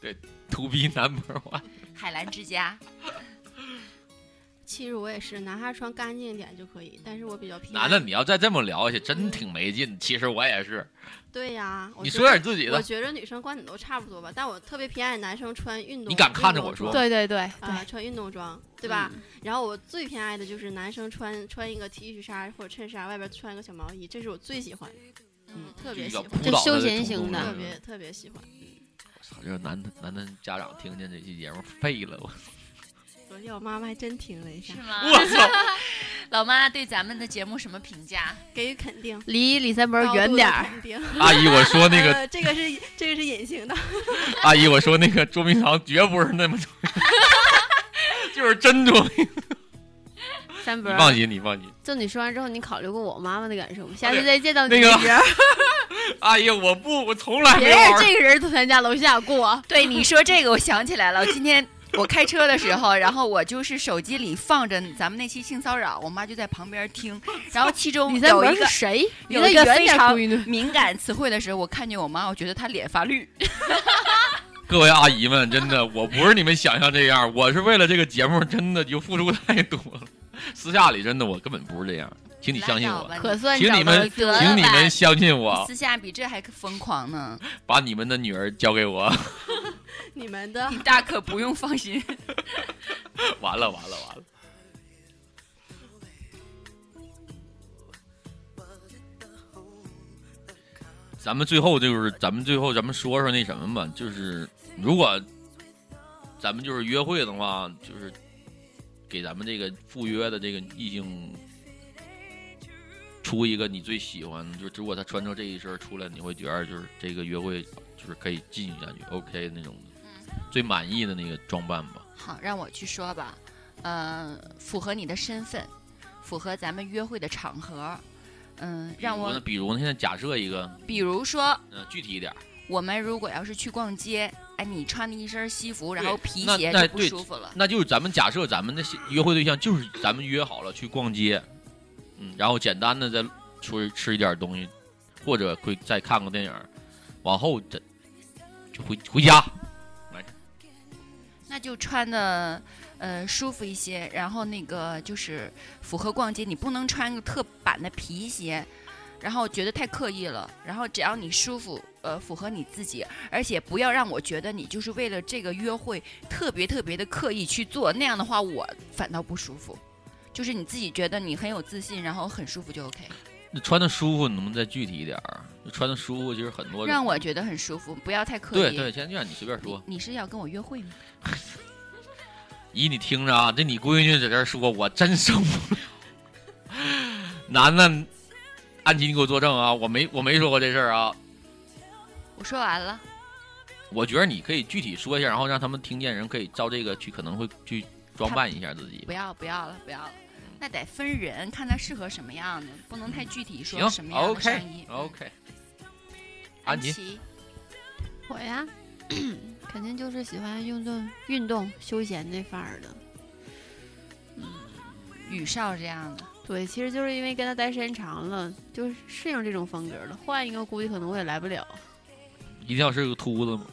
Speaker 8: 对，To B number one。
Speaker 9: 海澜之家，
Speaker 12: 其实我也是，男孩穿干净一点就可以，但是我比较偏
Speaker 8: 男的，你要再这么聊下去，真挺没劲。其实我也是，
Speaker 12: 对呀，我
Speaker 8: 你
Speaker 12: 觉
Speaker 8: 说点
Speaker 12: 得
Speaker 8: 自己的
Speaker 12: 我觉得女生观点都差不多吧，但我特别偏爱男生穿运动。
Speaker 8: 你敢看着我说嗯
Speaker 12: 运动装
Speaker 8: 对
Speaker 10: 对对
Speaker 12: 啊，穿运动装，对吧？然后我最偏爱的就是男生穿穿一个 T 恤衫或者衬衫，外边穿一个小毛衣，这是我最喜欢的，嗯，特别喜欢
Speaker 8: 就，一个就休闲型的
Speaker 12: 特别特别喜欢。
Speaker 8: 操，这男的男的家长听见这期节目废 了我。
Speaker 12: 昨天我妈妈还真听了一下，
Speaker 9: 是吗？
Speaker 8: 我操！
Speaker 9: 老妈对咱们的节目什么评价？
Speaker 12: 给予肯定，
Speaker 10: 离李三伯
Speaker 12: 高
Speaker 10: 远
Speaker 12: 度的
Speaker 10: 点儿
Speaker 12: 肯定
Speaker 8: 阿姨我说那个
Speaker 12: 呃这个是这个是隐形的，
Speaker 8: 阿姨，我说那个捉迷藏绝不是那么捉迷藏， 就是真捉迷藏。
Speaker 10: 三伯，
Speaker 8: 你放心，你放心。
Speaker 10: 就你说完之后，你考虑过我妈妈的感受吗？下次再见到你
Speaker 8: 那个
Speaker 10: 的时候，
Speaker 8: 阿姨，我不，我从来
Speaker 10: 别
Speaker 8: 没
Speaker 10: 人
Speaker 8: 玩。
Speaker 10: 这个人从咱家楼下过。
Speaker 9: 对你说这个，我想起来了，今天。我开车的时候，然后我就是手机里放着咱们那期性骚扰，我妈就在旁边听。然后其中
Speaker 10: 你在
Speaker 9: 有
Speaker 10: 玩
Speaker 9: 一个
Speaker 10: 是谁？离
Speaker 9: 有
Speaker 10: 他
Speaker 9: 一个
Speaker 10: 远
Speaker 9: 非
Speaker 10: 点
Speaker 9: 常
Speaker 10: 闺女
Speaker 9: 敏感词汇的时候，我看见我妈，我觉得她脸发 绿。
Speaker 8: 各位阿姨们，真的，我不是你们想象这样，我是为了这个节目，真的就付出太多了。私下里，真的我根本不是这样，请你相信我
Speaker 9: 拉倒吧，
Speaker 10: 可算
Speaker 8: 请你们，
Speaker 9: 找到了
Speaker 8: 请你
Speaker 9: 得了
Speaker 8: 们
Speaker 9: 吧
Speaker 8: 相信我
Speaker 9: 私，下比这还疯狂呢，
Speaker 8: 把你们的女儿交给我。
Speaker 12: 你们的
Speaker 9: 你大可不用放心。
Speaker 8: 完了，完了，完了。咱们最后就是，咱们最后咱们说说那什么吧，就是如果咱们就是约会的话，就是给咱们这个赴约的这个异性出一个你最喜欢的，就如果他穿成这一身出来，你会觉得就是这个约会就是可以进行下去，OK 那种的，最满意的那个装扮吧。
Speaker 9: 好，让我去说吧。呃，符合你的身份，符合咱们约会的场合。嗯、
Speaker 8: 比
Speaker 9: 让
Speaker 8: 如
Speaker 9: 我
Speaker 8: 呢比如呢现在假设一个，
Speaker 9: 比如说，
Speaker 8: 呃，具体一点儿，
Speaker 9: 我们如果要是去逛街，哎，你穿的一身西服，然后皮
Speaker 8: 那
Speaker 9: 鞋
Speaker 8: 那
Speaker 9: 就不
Speaker 8: 对
Speaker 9: 舒服了。
Speaker 8: 那就是咱们假设咱们的约会对象就是咱们约好了去逛街，嗯，然后简单的再出去吃一点东西，或者会再看个电影儿，往后再就回回家。
Speaker 9: 那就穿的呃舒服一些，然后那个就是符合逛街，你不能穿个特版的皮鞋，然后觉得太刻意了。然后只要你舒服，呃，符合你自己，而且不要让我觉得你就是为了这个约会特别特别的刻意去做，那样的话我反倒不舒服。就是你自己觉得你很有自信，然后很舒服就 OK，
Speaker 8: 那穿的舒服，你能不能再具体一点儿？就穿的舒服，其实很多
Speaker 9: 让我觉得很舒服，不要太刻
Speaker 8: 对
Speaker 9: 意。
Speaker 8: 对，先这样，你随便说。
Speaker 9: 你是要跟我约会吗？
Speaker 8: 姨，你听着啊，这你闺女在这儿说，我真受不了。 楠楠，安琪，你给我作证啊，我没我没说过这事儿啊。
Speaker 9: 我说完了，
Speaker 8: 我觉得你可以具体说一下，然后让他们听见人可以照这个去，可能会去装扮一下自己
Speaker 9: 不。要不要了，不要了。
Speaker 8: 嗯
Speaker 9: 那得分人，看他适合什么样的，不能太具体说什
Speaker 8: 行
Speaker 9: 么样的上
Speaker 8: ，OK
Speaker 9: 衣。
Speaker 8: OK。安啊
Speaker 9: 安
Speaker 8: 琪，
Speaker 9: 琪，
Speaker 10: 我呀，啊 肯定就是喜欢运动、运动休闲那范儿的。
Speaker 9: 宇少这样的，
Speaker 10: 对，其实就是因为跟他待时间长了，就是适应这种风格了。换一个估计可能我也来不了。
Speaker 8: 一定要是个秃子吗？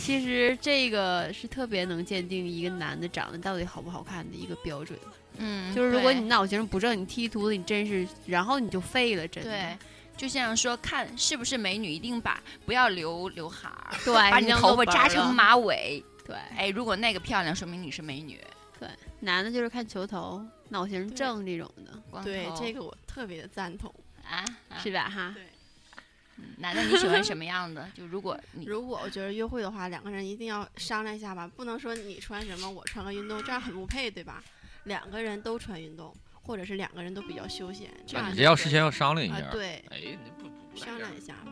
Speaker 10: 其实这个是特别能鉴定一个男的长得到底好不好看的一个标准。
Speaker 9: 嗯
Speaker 10: 就是如果
Speaker 9: 对
Speaker 10: 你脑型不正，你剃秃子，你真是，然后你就废了，真的。
Speaker 9: 对，就像说看是不是美女，一定把不要留刘海儿，
Speaker 10: 对
Speaker 9: 把
Speaker 10: 你
Speaker 9: 你
Speaker 10: 要
Speaker 9: 头
Speaker 10: 露
Speaker 9: 发
Speaker 10: 本
Speaker 9: 扎
Speaker 10: 儿
Speaker 9: 成
Speaker 10: 了
Speaker 9: 马尾。
Speaker 10: 对
Speaker 9: 哎，如果那个漂亮，说明你是美女。
Speaker 10: 对，男的就是看球头、脑型正这种的，
Speaker 9: 光
Speaker 12: 对
Speaker 9: 头
Speaker 12: 这个我特别的赞同。
Speaker 9: 啊，啊
Speaker 10: 是？吧？哈，
Speaker 12: 对
Speaker 9: 嗯男的你喜欢什么样的？就如果你
Speaker 12: 如果我觉得约会的话，两个人一定要商量一下吧，不能说你穿什么，我穿个运动，这样很不配，对吧？两个人都穿运动，或者是两个人都比较休闲，这
Speaker 8: 那
Speaker 12: 样
Speaker 8: 啊你
Speaker 12: 就
Speaker 8: 这要
Speaker 12: 可
Speaker 8: 事
Speaker 12: 以
Speaker 8: 先要商量一下
Speaker 12: 啊，。对，
Speaker 8: 哎，你不不
Speaker 12: 商量一下吧。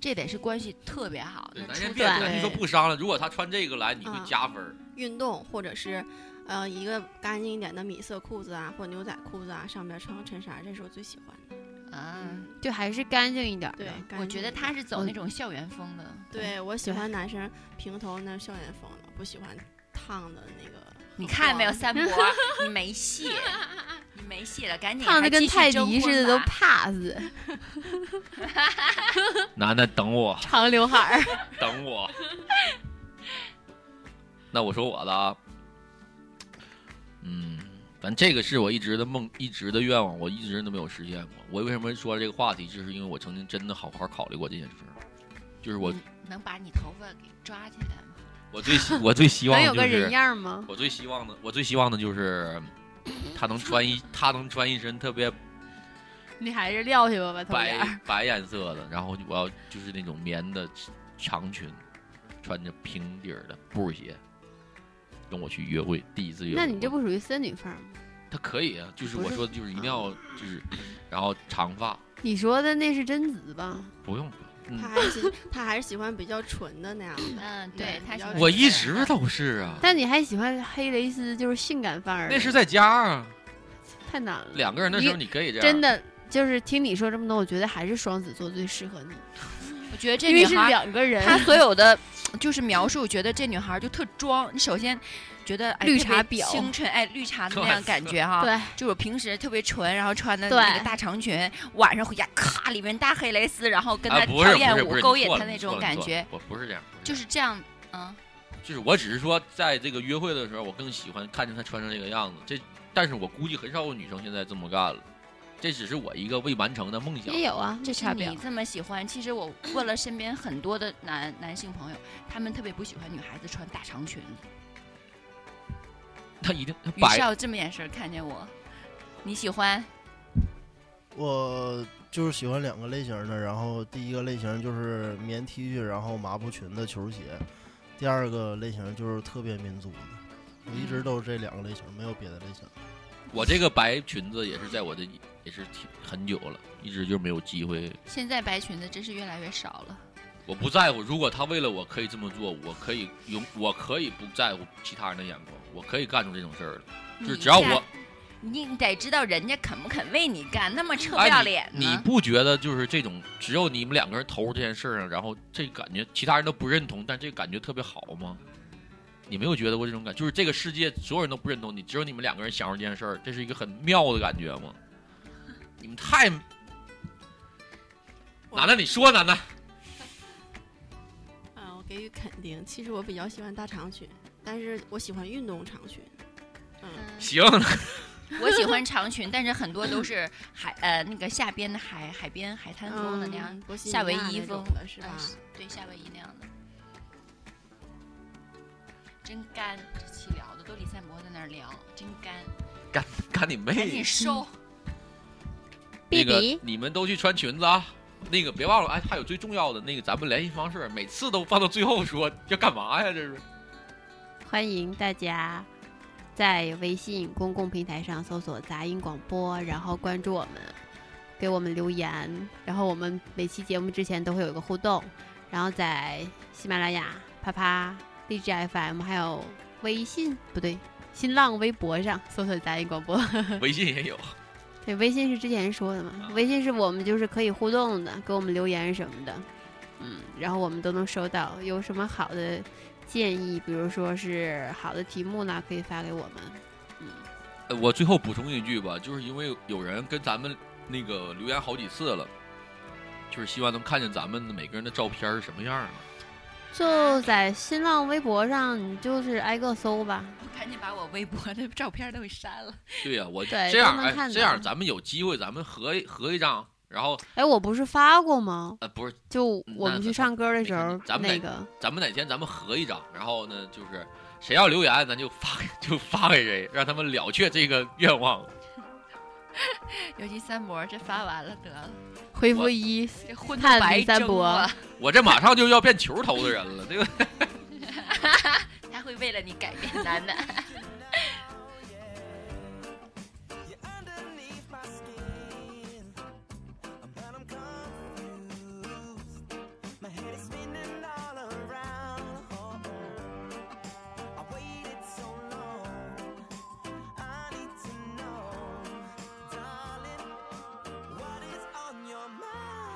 Speaker 9: 这得是关系特别好，那
Speaker 8: 咱
Speaker 9: 出
Speaker 8: 先
Speaker 9: 去
Speaker 8: 别，咱就
Speaker 12: 对嗯
Speaker 8: 说不商量。如果他穿这个来，你会加分儿。
Speaker 12: 运动或者是，呃，一个干净一点的米色裤子啊，或牛仔裤子啊，上边穿个衬衫，这是我最喜欢的。
Speaker 9: 嗯、啊，
Speaker 10: 就还是干净一点儿的。
Speaker 9: 我觉得他是走
Speaker 10: 嗯
Speaker 9: 那种校园风的。
Speaker 12: 对我喜欢男生平头那校园风的，不喜欢烫的那个。
Speaker 9: 你看没有， 三伯，你没戏，你没戏了，赶紧
Speaker 10: 烫的
Speaker 9: 还
Speaker 10: 跟
Speaker 9: 继续
Speaker 10: 泰
Speaker 9: 征
Speaker 10: 迪
Speaker 9: 婚
Speaker 10: 似的都
Speaker 9: 吧
Speaker 10: pass，
Speaker 8: 男的等我，
Speaker 10: 长刘海儿。
Speaker 8: 等我。 那我说我的啊，嗯，反正这个是我一直的梦，一直的愿望，我一直都没有实现过。我为什么说这个话题，就是因为我曾经真的好好考虑过这件事儿，就是
Speaker 10: 嗯
Speaker 8: 我
Speaker 9: 能把你头发给抓起来吗？
Speaker 8: 我最希我最希望
Speaker 10: 能
Speaker 8: 的
Speaker 10: 有
Speaker 8: 就
Speaker 10: 个
Speaker 8: 是
Speaker 10: 人样吗
Speaker 8: 我最希望的，我最希望的就是他能穿一他能穿一身特别
Speaker 10: 你还是撂下吧，把头帘
Speaker 8: 白
Speaker 10: 儿。
Speaker 8: 白颜色的，然后我要就是那种棉的长裙，穿着平底儿的布鞋，跟我去约会，第一次约会。
Speaker 10: 那你这不属于森女范儿吗？
Speaker 8: 他可以啊，就是
Speaker 10: 不
Speaker 8: 我
Speaker 10: 是
Speaker 8: 说的就是一定要就是，然后长发
Speaker 10: 你说的那是贞子吧？
Speaker 8: 不用。嗯
Speaker 12: 他，还是他还是喜欢比较纯的那样的。
Speaker 9: 嗯，
Speaker 12: 对他
Speaker 8: 我一直都是啊，
Speaker 10: 但你还喜欢黑蕾丝，就是性感范儿的。
Speaker 8: 那是在家啊，
Speaker 10: 太难了。
Speaker 8: 两个人的时候你可以这样。
Speaker 10: 真，的就是听你说这么多，我觉得还是双子座最适合你。
Speaker 9: 我觉得这
Speaker 10: 因为
Speaker 9: 女
Speaker 10: 是
Speaker 9: 孩儿
Speaker 10: 两个人
Speaker 9: 她所有的就是描述，觉得这女孩儿就特装。你首先觉得哎
Speaker 10: 绿
Speaker 9: 特
Speaker 10: 茶
Speaker 9: 别
Speaker 10: 婊
Speaker 9: 清纯，哎，绿茶的那样感 觉哈。
Speaker 10: 对，
Speaker 9: 就是平时特别纯，然后穿的那个
Speaker 10: 对
Speaker 9: 大长裙，晚上回家咔里面搭黑蕾丝，然后跟
Speaker 8: 啊
Speaker 9: 她
Speaker 8: 不是
Speaker 9: 跳
Speaker 8: 不
Speaker 9: 艳
Speaker 8: 是不
Speaker 9: 舞，
Speaker 8: 是，
Speaker 9: 勾
Speaker 8: 你
Speaker 9: 引
Speaker 8: 错
Speaker 9: 她
Speaker 8: 了
Speaker 9: 那
Speaker 8: 你
Speaker 9: 种
Speaker 8: 错了
Speaker 9: 感
Speaker 8: 你错
Speaker 9: 觉
Speaker 8: 了，我不是这样，不是这样
Speaker 9: 就是这样。嗯，
Speaker 8: 就是我只是说，在这个约会的时候，我更喜欢看见她穿成这个样子。这，但是我估计很少有女生现在这么干了。这只是我一个未完成的梦想。
Speaker 10: 也有啊，
Speaker 9: 这
Speaker 10: 绿
Speaker 9: 是
Speaker 10: 茶
Speaker 9: 你
Speaker 10: 婊。
Speaker 9: 这么喜欢。其实我问了身边很多的男男性朋友，他们特别不喜欢女孩子穿大长裙。
Speaker 8: 他一定
Speaker 9: 于
Speaker 8: 白
Speaker 9: 少这么眼神看见我，你喜欢？
Speaker 11: 我就是喜欢两个类型的，然后第一个类型就是棉 T 恤，然后麻布裙子、球鞋；第二个类型就是特别民族的。我一直都是这两个类型，没有别的类型。
Speaker 8: 我这个白裙子也是在我的也是挺很久了，一直就没有机会。
Speaker 9: 现在白裙子真是越来越少了。
Speaker 8: 我不在乎，如果他为了我可以这么做，我可以有，我可以不在乎其他人的眼光，我可以干出这种事儿来。就是只要
Speaker 9: 你在
Speaker 8: 我，
Speaker 9: 你得知道人家肯不肯为你干，那么臭不
Speaker 8: 哎
Speaker 9: 要脸
Speaker 8: 你你
Speaker 9: 呢。
Speaker 8: 不觉得就是这种只有你们两个人投入这件事儿上，然后这感觉其他人都不认同，但这个感觉特别好吗？你没有觉得过这种感就是这个世界所有人都不认同你，只有你们两个人享受这件事儿，这是一个很妙的感觉吗？你们太……楠楠，你说楠楠，
Speaker 12: 啊，我给予肯定。其实我比较喜欢大长裙，但是我喜欢运动长裙。嗯，
Speaker 8: 行，
Speaker 9: 我喜欢长裙，但是很多都是海呃那个下边的海海边海滩风的那样
Speaker 12: 嗯，波西米
Speaker 9: 夏威
Speaker 12: 亚
Speaker 9: 夷
Speaker 12: 那种
Speaker 9: 风
Speaker 12: 的是吧
Speaker 9: 嗯对，夏威夷那样的。真干，这期聊的都李赛博在那儿聊，真干，
Speaker 8: 赶赶你妹！
Speaker 9: 赶紧收。
Speaker 8: 那个
Speaker 9: BB
Speaker 8: 你们都去穿裙子啊。那个别忘了，哎，还有最重要的那个咱们联系方式，每次都放到最后说，要干嘛呀？这是
Speaker 10: 欢迎大家在微信公共平台上搜索“杂音广播”，然后关注我们，给我们留言。然后我们每期节目之前都会有一个互动，然后在喜马拉雅、啪啪、荔枝 FM，还有微信不对，新浪微博上搜索“杂音广播”
Speaker 8: 微信也有，
Speaker 10: 对，微信是之前说的嘛，微信是我们就是可以互动的，给我们留言什么的，嗯，然后我们都能收到。有什么好的建议，比如说是好的题目呢，可以发给我们。嗯
Speaker 8: 呃我最后补充一句吧，就是因为有人跟咱们那个留言好几次了，就是希望能看见咱们每个人的照片是什么样儿的。
Speaker 10: 就在新浪微博上，你就是挨个搜吧。
Speaker 9: 赶紧把我微博的照片都给删了。
Speaker 8: 对呀、我
Speaker 10: 对
Speaker 8: 这样
Speaker 10: 都能
Speaker 8: 哎，
Speaker 10: 看
Speaker 8: 这样
Speaker 10: 到
Speaker 8: 咱们有机会咱们合一合一张，然后
Speaker 10: 哎，我不是发过吗？
Speaker 8: 呃不是，
Speaker 10: 就我们去唱歌的时候，
Speaker 8: 咱们
Speaker 10: 那
Speaker 8: 哪
Speaker 10: 个
Speaker 8: 咱们哪天咱们合一张，然后呢就是谁要留言咱就发 给就发给谁，让他们了却这个愿望。
Speaker 9: 尤其三博这发完了得了，
Speaker 10: 回复一
Speaker 9: 这婚
Speaker 10: 看
Speaker 9: 白
Speaker 10: 李三
Speaker 9: 蒸
Speaker 10: 伯
Speaker 9: 啊，
Speaker 8: 我这马上就要变球头的人了，对吧？
Speaker 9: 他会为了你改变楠楠。
Speaker 13: My head is spinning all around. Oh, oh. I waited so long. I need to know, darling, what is on